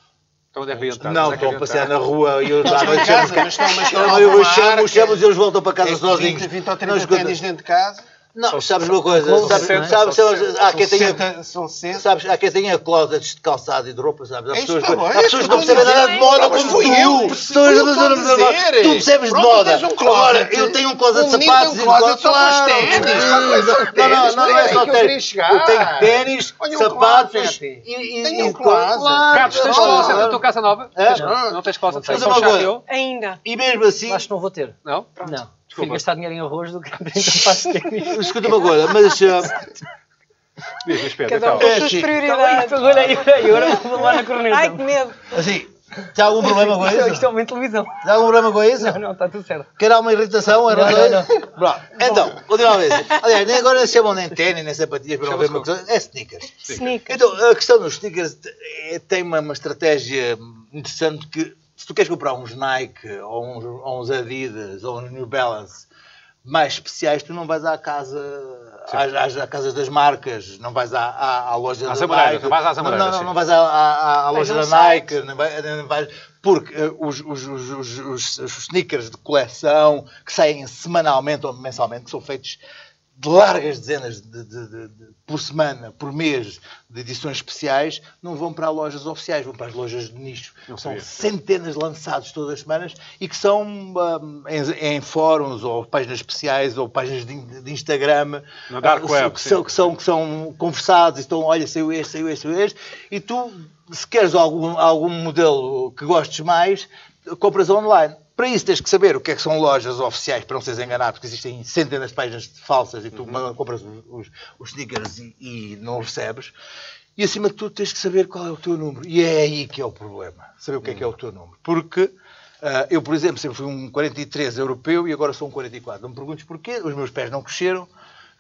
Então onde é que eu entrar? Não, Onde é que eu estão a passear entrar? na rua e eu já à Estão noite em chamo casa, mas estão mas estão Não, a Ah, eu arrumar, chamo, quer- chamo e eles voltam para casa É sozinhos. 20, 20 ou Nós 30 quando- ténis dentro de casa. Não, sabes uma coisa? São Sabes, 60, sabes, são sabes- há Ah, quem tenha 60, são 60. Sabes, há quem tenha closets de calçado e de roupa, sabes? Há É isso, pessoas, tá bom, é há isso pessoas que que eu não tô percebem nada de dizendo. moda Não, mas como fui eu, tu. percebi, Pessoas- eu tô a dizer. Tu percebes de Pronto, moda. tens um closet. Agora, eu tenho um closet de O menino tem sapatos um e de closet só com os Claro. ténis. Não, Mas é Não, não, ténis, não não é é aí só que eu queria ténis. chegar. Eu tenho ténis, Olha um sapatos closet. e- e... Tenho um e- closet. claro, Carlos, tens claro. closet na tua casa nova? É? Tens- Não tens closet? Mas Tens só é uma coisa. chateou? Ainda. E mesmo assim, Acho que não vou ter. Não? Pronto. Não. Prefiro Desculpa. gastar dinheiro em arroz do que em faço ténis. escuta uma coisa, mas... ah, Diz-me, espelho, Cada um então. com É as suas assim. prioridades. Agora, agora vou lá na corneta. Ai, que medo. Assim, Tem algum problema com Isto, isso? isto é uma televisão. Tem algum problema com isso? Não, não, está tudo certo. Quer alguma irritação? Era Não, só não, isso? Pronto. Então, outra vez. Aliás, nem agora eles chamam nem tênis, nem sapatilhas para não ver uma coisa. É sneakers. Sneaker. Então, a questão dos sneakers eh, tem uma, uma estratégia interessante que se tu queres comprar uns Nike ou uns, ou uns Adidas ou uns New Balance mais especiais, tu não vais à casa às, às- às casas das marcas, não vais à, à, à loja Às da Amoreiras, Nike, tu vais às não, Amoreiras, não, sim. não vais à, à- à loja a um da site. Nike, não vai- não vais- porque eh, os, os- os- os- os- os sneakers de coleção que saem semanalmente ou mensalmente, que são feitos de largas dezenas de- de- de- de- por semana, por mês, de edições especiais, não vão para lojas oficiais, vão para as lojas de nicho. Não são sabia. centenas lançados todas as semanas e que são hum, em, em fóruns ou páginas especiais ou páginas de, in- de Instagram Na dark ah, web, que, sim. são, que, são, que são conversados e estão, olha, saiu este, saiu este, saiu este, e tu, se queres algum, algum modelo que gostes mais, compras online. Para isso tens que saber o que é que são lojas oficiais, para não seres enganado, porque existem centenas de páginas falsas e tu Uhum. compras os, os, os sneakers e, e não os recebes. E acima de tudo tens que saber qual é o teu número. E é aí que é o problema. Saber o que é que é o teu número. Porque ah, eu, por exemplo, sempre fui um 43 europeu e agora sou um 44. Não me perguntes porquê, os meus pés não cresceram.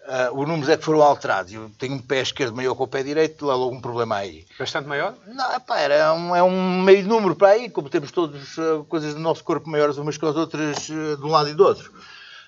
Ah, os números é que foram alterados. Eu tenho um pé esquerdo maior que o pé direito, lá logo um problema aí. Bastante maior? Não, pá, era um, é um meio número para aí, como temos todos ah, coisas do nosso corpo maiores umas que as outras ah, de um lado e do outro.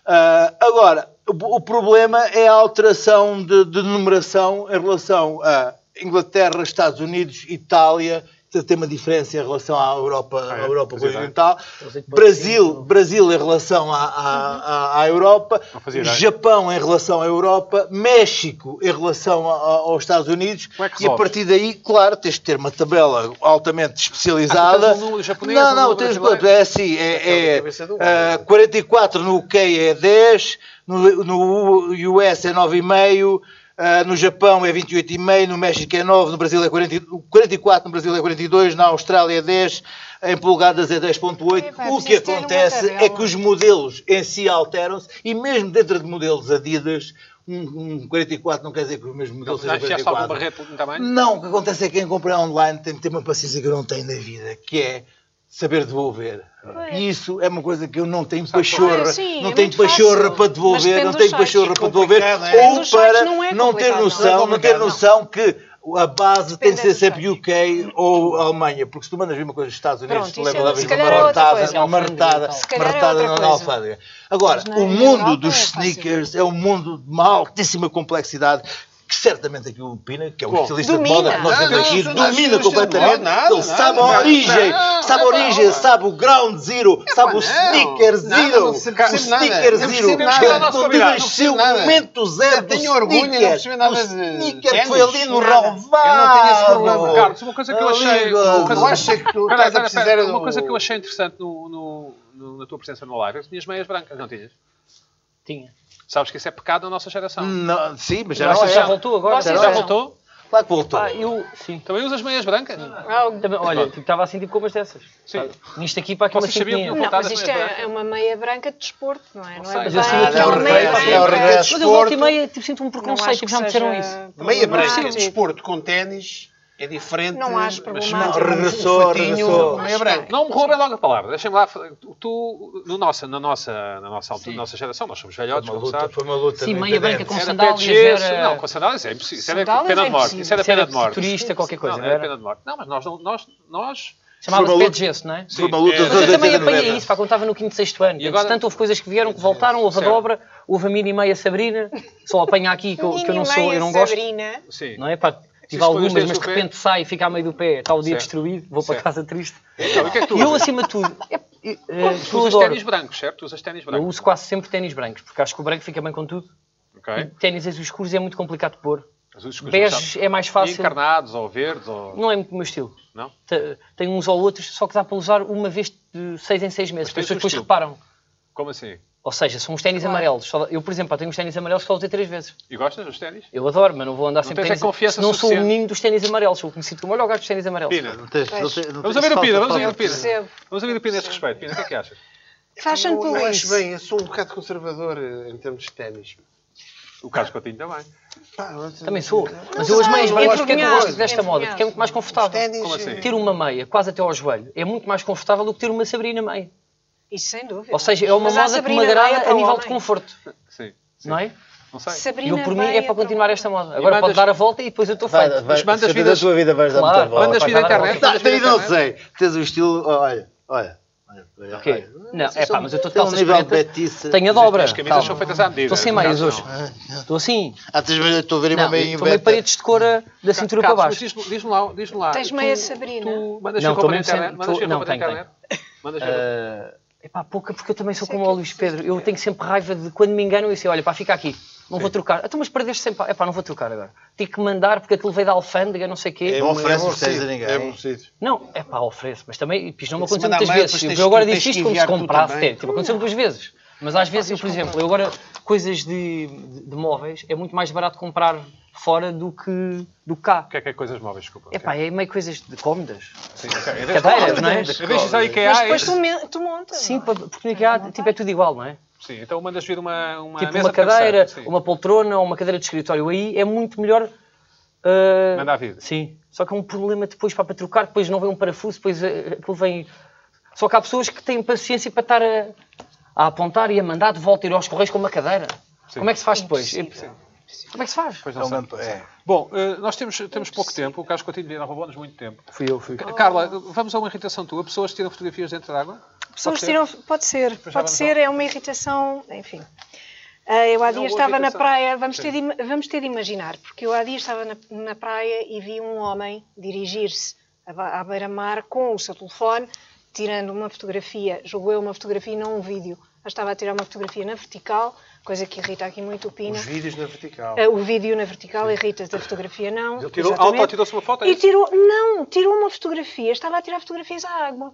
Ah, agora, o, o problema é a alteração de, de numeração em relação a Inglaterra, Estados Unidos, Itália, tem uma diferença em relação à Europa, Ah, é? à Europa Pois é. continental, Eles é que podem Brasil, Brasil em relação à, à, à- à Europa, Não fazia ideia. Japão em relação à Europa, México em relação a- a- aos Estados Unidos, Como é que e a resolves? partir daí, claro, tens de ter uma tabela altamente Ah, especializada. tu tens um número japonês, um não, não, número tens brasileiro. outro. É assim, é, é, né? ah, 44 no UK é 10, no, no US é 9,5. ah, no Japão é 28,5, no México é 9, no Brasil é 40, 44, no Brasil é 42, na Austrália é 10, em polegadas é 10,8. Epá, o que preciso ter uma acontece é tabela. que os modelos em si alteram-se e mesmo dentro de modelos Adidas, um, um 44 não quer dizer que o mesmo modelo seja Já já está algum 44. barreto de um tamanho? Não, o que acontece é que quem compra online tem que ter uma paciência que eu não tenho na vida, que é saber devolver. Pois. E isso é uma coisa que eu não tenho pachorra. Ah, sim, não é tenho muito pachorra fácil. para Mas devolver, depende não dos tenho sites. pachorra para devolver. Complicado, é? Ou Depende dos sites, para não é não ter complicado, noção, não. não, ter noção que a base tem Depende que ser dos sempre sites. UK ou Alemanha, porque se tu mandas vir uma coisa dos Estados Unidos, Pronto, tu isso é- leva lá se vez uma calhar é outra marretada, coisa. uma marretada, Se calhar é marretada outra na coisa. alfândega. Agora, Mas na o mundo Europa dos é fácil. sneakers é um mundo de uma altíssima complexidade que certamente aqui o Pina, que é um Bom, especialista domina. de moda, que nós Não, temos não, aqui, não, não, domina não, completamente. não, nada, Ele sabe a nada. origem, Não, sabe a epá, origem, olha. sabe o ground zero, sabe o sneaker É, Nada, zero, não o se percebe nada. sneaker Não zero, percebe nada. ele domina Não percebe seu nada. momento zero Eu do tenho orgulho, não percebo sneaker. nada O de sneaker foi ténis, ali no nada. Eu não tenho esse problema. relvado. é Carlos, uma coisa que eu achei. Amigo, uma Eu coisa- acho que Peraí, tu estás a peraí, precisar peraí, de Uma um- coisa que eu achei interessante no- no- no- na tua presença no live é que tinhas meias brancas, não tinhas? Tinha. Sabes que isso é pecado na nossa geração. Hum, Não, sim, mas já Já, não já é. voltou agora? Vocês Já não. voltou? Claro que voltou. Ah, eu, sim. Também usas meias brancas? Hum. Ah, o- Também, olha, tipo, estava assim tipo com umas dessas. Sim. Sabe? Nisto aqui para aqui uma Vocês sabiam cinquinha. que Não, Voltadas mas isto meias brancas. é, é uma meia branca de desporto, não é? Não, sei, é mas bem eu sei que é uma o meia regresso, é o branca. regresso. Mas eu volta e Desporto. meia tipo, sinto um Não acho preconceito, que tipo, já me disseram isso. seja Meia problemático. branca de desporto com ténis é diferente. Não acho Mas Não, problemático. regressou, fatinho, regressou. Meia branca. Não me roubem logo a palavra. Deixem-me lá. Tu, no nossa, na nossa, na nossa, altura, Sim. nossa geração, nós somos Foi velhotes, uma como luta, sabes. foi uma luta. Sim, no meia branca internet. com Era sandálias, pé de gesso. era- Não, com sandálias é impossível. Isso era Sandálias pena é de morte. impossível. Isso era Isso era pena de morte. turista, qualquer coisa, Não, não era era? pena de morte. Não, mas nós... não- nós, nós Chamava-se Foi uma pé de gesso, não é? Foi uma Sim, luta é. dos Mas eu anos também 80, apanhei 90. isso, pá, quando estava no quinto, sexto ano. E agora- Portanto, houve coisas que vieram, que voltaram, houve a Certo. dobra, houve a mini e meia Sabrina, só apanha aqui que eu, que eu não sou, eu não gosto. Sabrina. Sim. Não é? Pá, Se tive algumas, escondes mas desde de o pé. repente sai e fica a meio do pé, está o dia Certo. destruído, vou para Certo. casa triste. Então, e o que é que tu E eu, usas? acima de tudo, é, é, Tu eu usas adoro. ténis brancos, certo? Tu usas ténis Eu brancos. uso quase sempre ténis brancos, porque acho que o branco fica bem com tudo. E Ok. ténis azuis escuros é muito complicado de pôr. Mas usas com os Beijos é mais meus- e fácil. encarnados ou verdes ou... Não é muito o meu estilo. Não? Te- Tenho uns ou outros, só que dá para usar uma vez de seis em seis meses. Mas tens As pessoas um depois estilo. reparam. Como assim? Ou seja, são uns ténis Claro. amarelos. Só- Eu, por exemplo, pá, tenho uns ténis amarelos que só usei três vezes. E gostas dos ténis? Eu adoro, mas não vou andar Não sempre tens ténis. a confiança não sou o suficiente. menino dos ténis amarelos. Eu me sinto como olha o gajo dos ténis amarelos. Pina, Não tens- não tens- não vamos tens ouvir o Pina, falta- vamos ouvir o Pina. percebo. Vamos ouvir o Pina a esse respeito. Pina, o que é que achas? Fashion Eu, eu acho police. bem, eu sou um bocado conservador eh, em termos de ténis. O Carlos Coutinho também. Pá, mas- Também sou. Mas eu sei, hoje meias brancas, porque é que eu envergonhado. gosto desta Tipo, moda? Porque é muito mais Os confortável. ténis, eh, Como assim? Ter uma meia quase até ao joelho é muito mais confortável do que ter uma Sabrina meia. Isso sem dúvida. Ou seja, é uma Mas há moda que me Sabrina meia agrada para a nível de homem. conforto, Sim. sim. não é? Não sei. E Sabrina eu por mim é meia para continuar homem. esta moda. Agora pode mandas- dar a volta e depois eu estou Vai, feito. vai, Mas mandas se vidas- da sua vida vais dar Claro, muita bola. mandas vai vida dar à internet, muita bola. mandas Não, vida daí Tá, não né? à sei. Tens o estilo, olha, olha. olha, olha, Ok. olha. Não, Vocês é pá, são- mas eu estou de têm um calças nível de pretas. Betis. Tenho a dobra. As camisas calma. são feitas à medida. Estou sem os meias casados hoje. não. Estou assim. Às vezes estou a ver uma Não, meia Estou meio inventa. paredes de cor a- da cintura para Carlos, mas baixo. Diz-me diz-me lá, diz-me lá. Tens tu- meia Sabrina? Tu mandas Não, ver estou roupa na mesmo sem- internet? Mandas estou- ver não, roupa na tenho, internet? Mandas ver roupa- Ah, Epá, pouca, porque eu também sou Sei como que o é Luís que Pedro. vocês Eu tenho sempre raiva de quando me enganam e sei, olha, pá, fica aqui. Não vou trocar. Então, mas perdeste sempre. Epá, não vou trocar agora. Tive que mandar porque aquilo veio da alfândega, não sei o quê. Não É oferece os aborrecido, ténis a ninguém. É aborrecido. Não, é pá, ofereço. Mas também, isto não me Se aconteceu mandar muitas mail, vezes. depois tens Eu agora que- tens disse que isto como se enviar tu comprasse. também. Ah, Tem, tipo, aconteceu duas vezes. Mas às vezes, eu, por exemplo, eu agora, coisas de, de- de móveis, é muito mais barato comprar fora do que do que cá. O que é que é coisas móveis? Desculpa. É pá, é meio coisas de cômodas. Sim, ok. Eu deixo- Cadeiras, não é? eu deixo isso à IKEA. Mas depois e- tu, men- tu montas. Sim, não é? pa- porque no IKEA tipo, é tudo igual, não é? Sim, então mandas vir uma, uma tipo mesa uma de cabeceira, cadeira, sim. uma poltrona ou uma cadeira de escritório aí é muito melhor. ah, Manda a vida. Sim. Só que é um problema depois pá, para trocar, depois não vem um parafuso, depois ah, aquilo vem. Só que há pessoas que têm paciência para estar a, a apontar e a mandar de volta ir aos correios com uma cadeira. Sim. Como é que se faz depois? Impossível. Como é que se faz? Pois É não sei. uma- é. Bom, eh, nós temos, temos pouco tempo. O Carlos Coutinho de Viana roubou-nos muito tempo. Fui eu, fui. Ca- Oh. Carla, Oh. vamos a uma irritação tua. Pessoas tiram fotografias dentro da água? Pessoas ser? tiram. Pode ser, já pode vamos ser, é uma irritação, enfim. Ah, Eu há Não, dias boa estava na um irritação. praia, vamos Sim. ter, de, im- vamos ter de imaginar, porque eu há dias estava na, na praia e vi um homem dirigir-se à ba- à beira-mar com o seu telefone, tirando uma fotografia, julgo eu uma fotografia e não um vídeo. Mas estava a tirar uma fotografia na vertical, coisa que irrita aqui muito o Pina. Os vídeos na vertical. É, Ah, O vídeo na vertical irrita da fotografia não. Ele tirou- Exatamente. auto-tirou-se uma foto, é E isso? tirou, não, tirou uma fotografia, estava a tirar fotografias à água.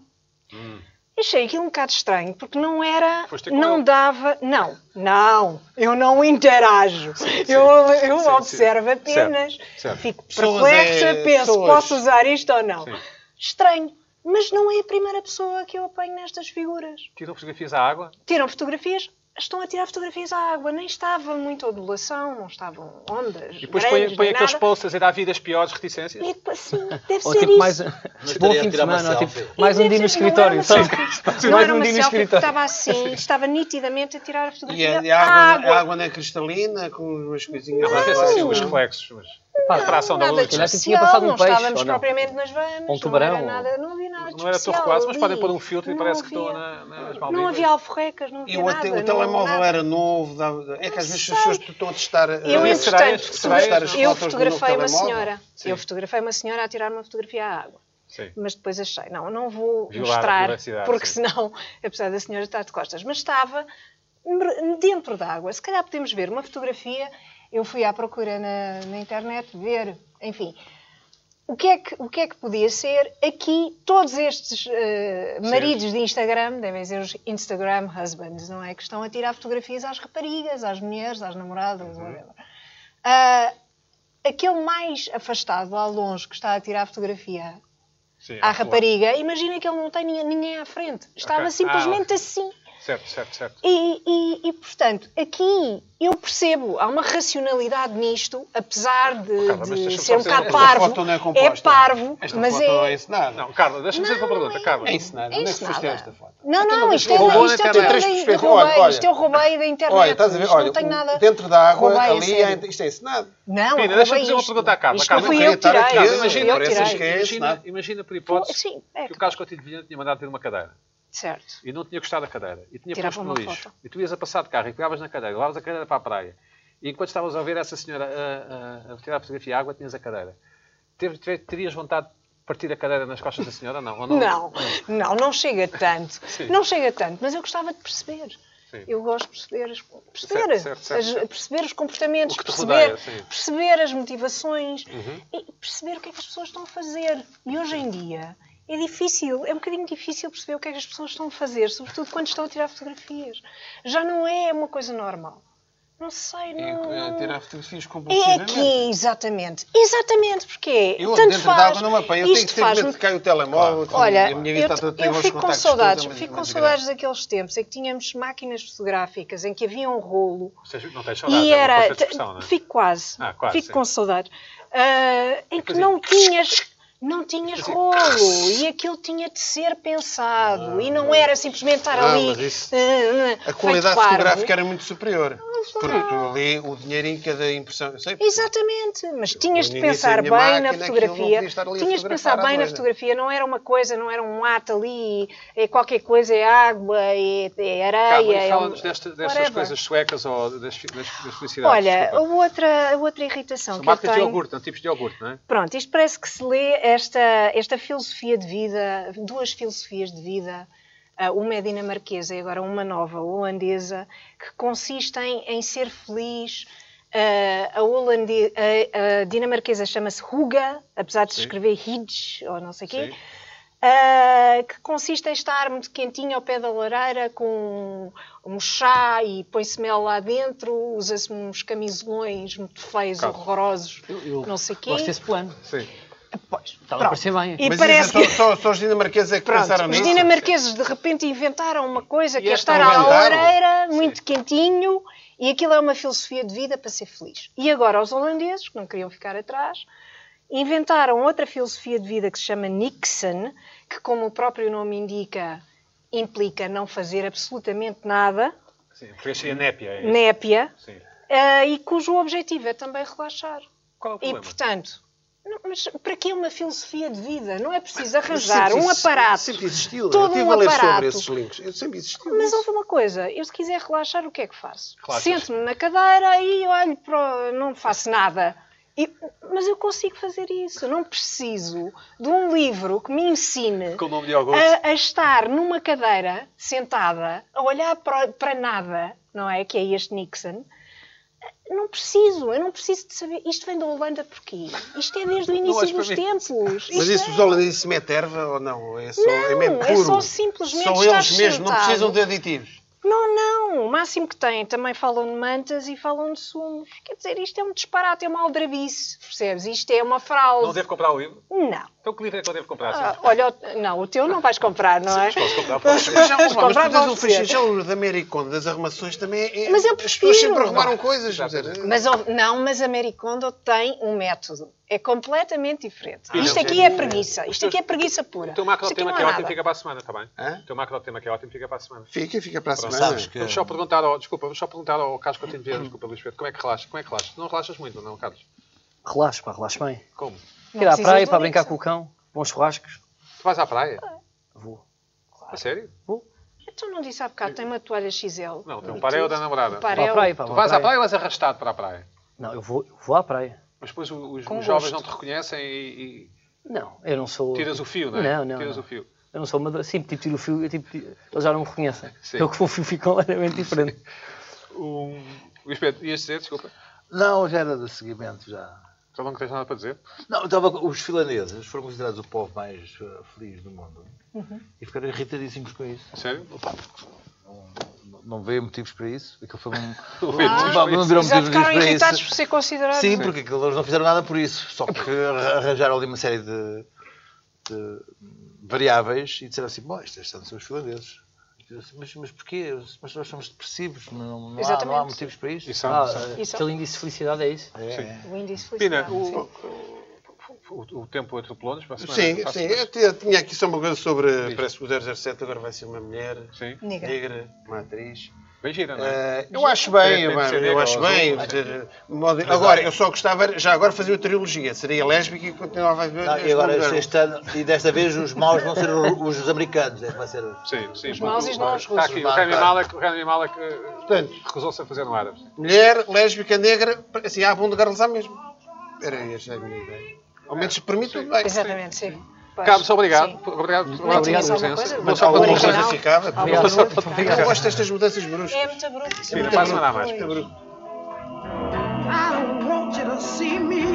Achei aquilo um bocado estranho, porque não era, Hum. Foste com não ele. dava, não, não, eu não interajo, eu, eu sim, observo sim. apenas, Certo, certo. fico Pessoas perplexa, é- penso, pessoas. posso usar isto ou não. Sim. Estranho, mas não é a primeira pessoa que eu apanho nestas figuras Tiram fotografias à água? tiram fotografias, estão a tirar fotografias à água. Nem estava muita ondulação, não estavam ondas. E depois grandes, põem, põem nem aqueles nada. posters a dar vidas piores, reticências? E depois, sim, deve Ou ser tipo isso. mais, bom estaria a fim de tirar uma semana, ou tipo, selfie. mais E um dia deve no ser- não escritório, era uma sabe? selfie. Mais Não era um uma dia no selfie, porque escritório. estava assim, estava nitidamente a tirar a E fotografia a, e da a água, água. a água não é cristalina, com umas coisinhas Não, mas lá esses são embaixo. os reflexos. Mas... Pá, a atração da nada luz. de Se calhar tinha especial, passado um não peixe, estávamos ou não? propriamente nas vamas, Ou um tubarão, não ou- era nada, não havia nada de Não era especial torre quase, mas ali. podem pôr um filtro e Não parece que estão havia. na, nas Não Maldivas. havia alforrecas, não havia E o, nada. ate- o não- telemóvel nada. era novo. dava- é que às vezes as sei. pessoas estão a testar. Eu, Será eh, entrei- entretanto, este? Será fotogra- este? eu As fotos do novo fotografei uma telemóvel? senhora. Sim. Eu fotografei uma senhora a tirar uma fotografia à água. Sim. Mas depois achei, não, não vou Violar a privacidade, mostrar, porque sim. senão, apesar da senhora estar de costas, mas estava mer- dentro da água. Se calhar podemos ver uma fotografia. Eu fui à procura na, na internet ver, enfim. O que, é que, o que é que podia ser? Aqui, todos estes eh, maridos de Instagram, devem ser os Instagram husbands, não é? Que estão a tirar fotografias às raparigas, às mulheres, às namoradas, Uhum. whatever. Ah, aquele mais afastado, lá longe, que está a tirar a fotografia Sim, é à há- rapariga, imagina que ele não tem ninguém- ninguém à frente. Estava Ok. simplesmente Ah, ok. assim. Certo, certo, certo. E, e- e, portanto, aqui eu percebo, há uma racionalidade nisto, apesar de, Carla, mas de deixa-me ser um só bocado dizer- Esta parvo. foto não é é composta. parvo, Esta mas foto não é é. ensinada. Não, Carla, deixa-me fazer uma pergunta. Carla, É ensinada. Onde é que tu foste ensinada. esta foto? Não, não, isto é, roubou na isto é tudo internet. daí- Três eu pessoas. roubei, Olha, isto eu roubei da internet. Olha, estás a ver? isto Olha, não tenho o- nada. dentro da água, roubei a ali, há, sério. isto é ensinado. Não, Pina, eu deixa-me roubei fazer uma isto. pergunta à Carla. Isto Carla, não fui não eu queria que estar tirei. aqui. Carla, Eu- imagina, eu parece que tirei. é- imagina, ensinado. imagina por hipótese Sim, é que o Carlos Coutinho de Viana tinha mandado vir uma cadeira. Certo. e não tinha gostado da cadeira e tinha Tirava posto no uma lixo foto. e tu ias a passar de carro e pegavas na cadeira, levavas a cadeira para a praia e enquanto estavas a ver essa senhora a, a, a tirar a fotografia à água, tinhas a cadeira. Teve- te- terias vontade de partir a cadeira nas costas da senhora ou não? Ou não? Não, não, não chega tanto. Não chega tanto, mas eu gostava de perceber. Sim. Eu gosto de perceber, as- perceber, certo, certo, as- certo. perceber os comportamentos, O que te perceber, rodeia, sim. perceber as motivações e perceber o que é que as pessoas estão a fazer. E hoje em dia é difícil, é um bocadinho difícil perceber o que é que as pessoas estão a fazer, sobretudo quando estão a tirar fotografias. Já não é uma coisa normal. Não sei, É, não. eh, é não- tirar fotografias É compulsivamente. aqui, exatamente. Exatamente, porque Eu tanto dentro faz. da água não me apanho. Eu tenho isto que ter medo faz-me- de cair o telemóvel. que Olha, a minha vida eu, está toda- tenho eu uns fico com contactos saudades, todos, mas- fico com mas saudades daqueles tempos em que tínhamos máquinas fotográficas, em que havia um rolo Não tens saudades, e é uma era. força de expressão, não é? Fico quase. Ah, quase, fico sim. com saudades. Ah, em que Fazia- não tinhas. Não tinhas rolo e aquilo tinha de ser pensado e não era simplesmente estar Ah, ali. mas isso- ah, ah, A feito qualidade parvo. fotográfica era muito superior. Porque tu ali o dinheirinho em cada impressão. Eu sei, Exatamente, mas tinhas no de início da minha pensar bem máquina, na aquilo não fotografia. podia estar ali a Tinhas de fotografar pensar à bem na doida. fotografia, não era uma coisa, não era um ato ali, é qualquer coisa, é água, é, é Carla, areia. e é fala-nos um- desta- destas whatever. coisas suecas ou das, fi- das, das felicidades. Olha, a desculpa. outra, a outra irritação São que eu marcas de tenho. iogurte, não, tipos de iogurte, não é? Pronto, isto parece que se lê esta, esta filosofia de vida, duas filosofias de vida, ah, uma é dinamarquesa e agora uma nova, holandesa, que consistem em ser feliz. Ah, a, holande- a- a dinamarquesa chama-se Huga, apesar de se Sim. escrever Hidge ou não sei o quê. Sim. Uh, que consiste em estar muito quentinho ao pé da lareira com um chá e põe-se mel lá dentro, usa-se uns camisolões muito feios, Claro. horrorosos, Eu, eu não sei o quê. gosto desse plano. Sim. Pois, Está a pronto. Tá parecer bem. E mas parece isso é que... só, só, só os dinamarqueses é que Pronto, pensaram os nisso. dinamarqueses de repente inventaram uma coisa E que é esta estar não à inventaram. lareira, muito quentinho, e aquilo é uma filosofia de vida para ser feliz. E agora os holandeses, que não queriam ficar atrás, inventaram outra filosofia de vida que se chama Nixon, que como o próprio nome indica, implica não fazer absolutamente nada, Sim, porque seria népia. É. népia, Sim. eh, e cujo objetivo é também relaxar. Qual é o E problema? portanto... não, Mas para que uma filosofia de vida? Não é preciso arranjar um aparato Sempre existiu. Todo eu tive um a ler aparato. sobre esses links. Eu sempre existiu. Mas houve uma coisa, eu se quiser relaxar, o que é que faço? Relaxas. Sento-me na cadeira e olho para. o- não faço nada. E- mas eu consigo fazer isso. Não preciso de um livro que me ensine Com o nome de iogurte. a, a estar numa cadeira, sentada, a olhar para, para nada, não é? Que é este Nixon. Não preciso, eu não preciso de saber. Isto vem da Holanda porquê? Isto é desde o olhes início para dos mim. tempos. Mas Isto isso é- os holandeses se metem erva ou não? É só, é mesmo Não, é puro. só simplesmente Só estar eles mesmo, não sentado. precisam de aditivos. Não, não. O máximo que têm também falam de mantas e falam de sumos. Quer dizer, isto é um disparate, é uma aldrabice, percebes? Isto é uma Não fraude. devo comprar o livro? Não. Então que livro é que eu devo comprar? Ah, sim? olha, o- não, o teu não vais comprar, não é? Mas posso comprar, posso. Já, mas tu comprar tens vão o ser. feijão da Americon, das armações também é... Mas eu As pessoas sempre prefiro. arrumaram coisas. quer dizer, Mas houve- não, mas a Maricondo tem um método. É completamente diferente. Ah, Isto não, aqui sim. é preguiça. Isto aqui é preguiça pura. O teu Isto aqui macro-tema não que é há ótimo nada. fica para a semana, está bem? Hã? O teu macro-tema que é ótimo fica para a semana. Fica, fica para a semana. Sabes que... é. Vamos só perguntar ao, desculpa, vamos só perguntar ao Carlos Coutinho Vieira, desculpa Luís Pedro, como é que relaxas? Como é que relaxas? Não relaxas muito, não, Carlos? Relaxa, pá, relaxa bem. Como? Não Ir à precisas praia de para um brincar Nixon. com o cão, bons churrascos. Tu vais à praia? Vou. A sério? Tu Então não disse há bocado, tem uma toalha XL. Não, tem um E parel tudo. da namorada. Um Para parel. a praia, pá, Tu vou vais à praia ou és arrastado para a praia? Não, eu vou, eu vou à praia. Mas depois o- os, Com os jovens não gosto. te reconhecem e, Não, eu não sou. e tiras o fio, não é? Não, não. Tiras não. o fio. Eu não sou uma. Sim, tipo, tiro o fio, eu, tipo, tiro- eles já não me reconhecem. Sim. Eu que vou o fio fica completamente diferente. O Um- Luís Pedro, ias dizer, desculpa, Não, já era do seguimento, já. já não tens nada para dizer? Não, eu estava, os finlandeses foram considerados o povo mais eh, feliz do mundo. Uhum. E ficaram irritadíssimos com isso. A sério? Opa, não, não veio motivos para isso. Aquilo foi um. Não veio motivos não, para não isso. viram Já motivos ficaram para irritados isso. por ser considerados. Sim, porque aquilo, eles não fizeram nada por isso. Só porque arra- arranjaram ali uma série de, de variáveis e disseram assim: bom, estes são os finlandeses. E disseram assim, Mas, mas porquê? Mas nós somos depressivos, não, não, há, não há Exatamente. motivos para isto. E são, Ah, são- eh, Isso. aquele índice de felicidade é isso? É, Sim. é. O índice foi Pina, estudado. o, o- o tempo atropelou-nos para a semana? é Sim, Para a sim. semana. Eu tinha- tinha aqui só uma coisa sobre. Parece que o 007 agora vai ser uma mulher Sim. Negra. negra, uma atriz. Bem gira, não é? Eh, eu acho bem, Depende de mano, ser eu negra acho ou bem. azul. quer dizer, modo- Agora, eu só gostava, já agora fazia uma trilogia. Seria lésbica e continuava a ver. Não, este é um e agora modelo. este ano, e desta vez os maus vão ser os, os americanos, é que vai ser os. Sim, sim. Os maus e os maus Está aqui, o russos. Rami Malek, o Rami Malek eh, Portanto, recusou-se a fazer no árabe. mulher, lésbica, negra, assim, há bom lugar a mesmo. Era esta é a minha ideia. Ao menos para mim tudo bem. Exatamente, sim. Pois, Carlos, obrigado. sim. Obrigado Não é pela que tinhas tua presença. alguma coisa? Vou Mas só alguma para Original. coisa ficava. Alguma Eu Obrigado. coisa ficava. não gosto destas mudanças bruscas. É muito bruto. Pina, para a semana há mais. É brusco. I don't want you to see me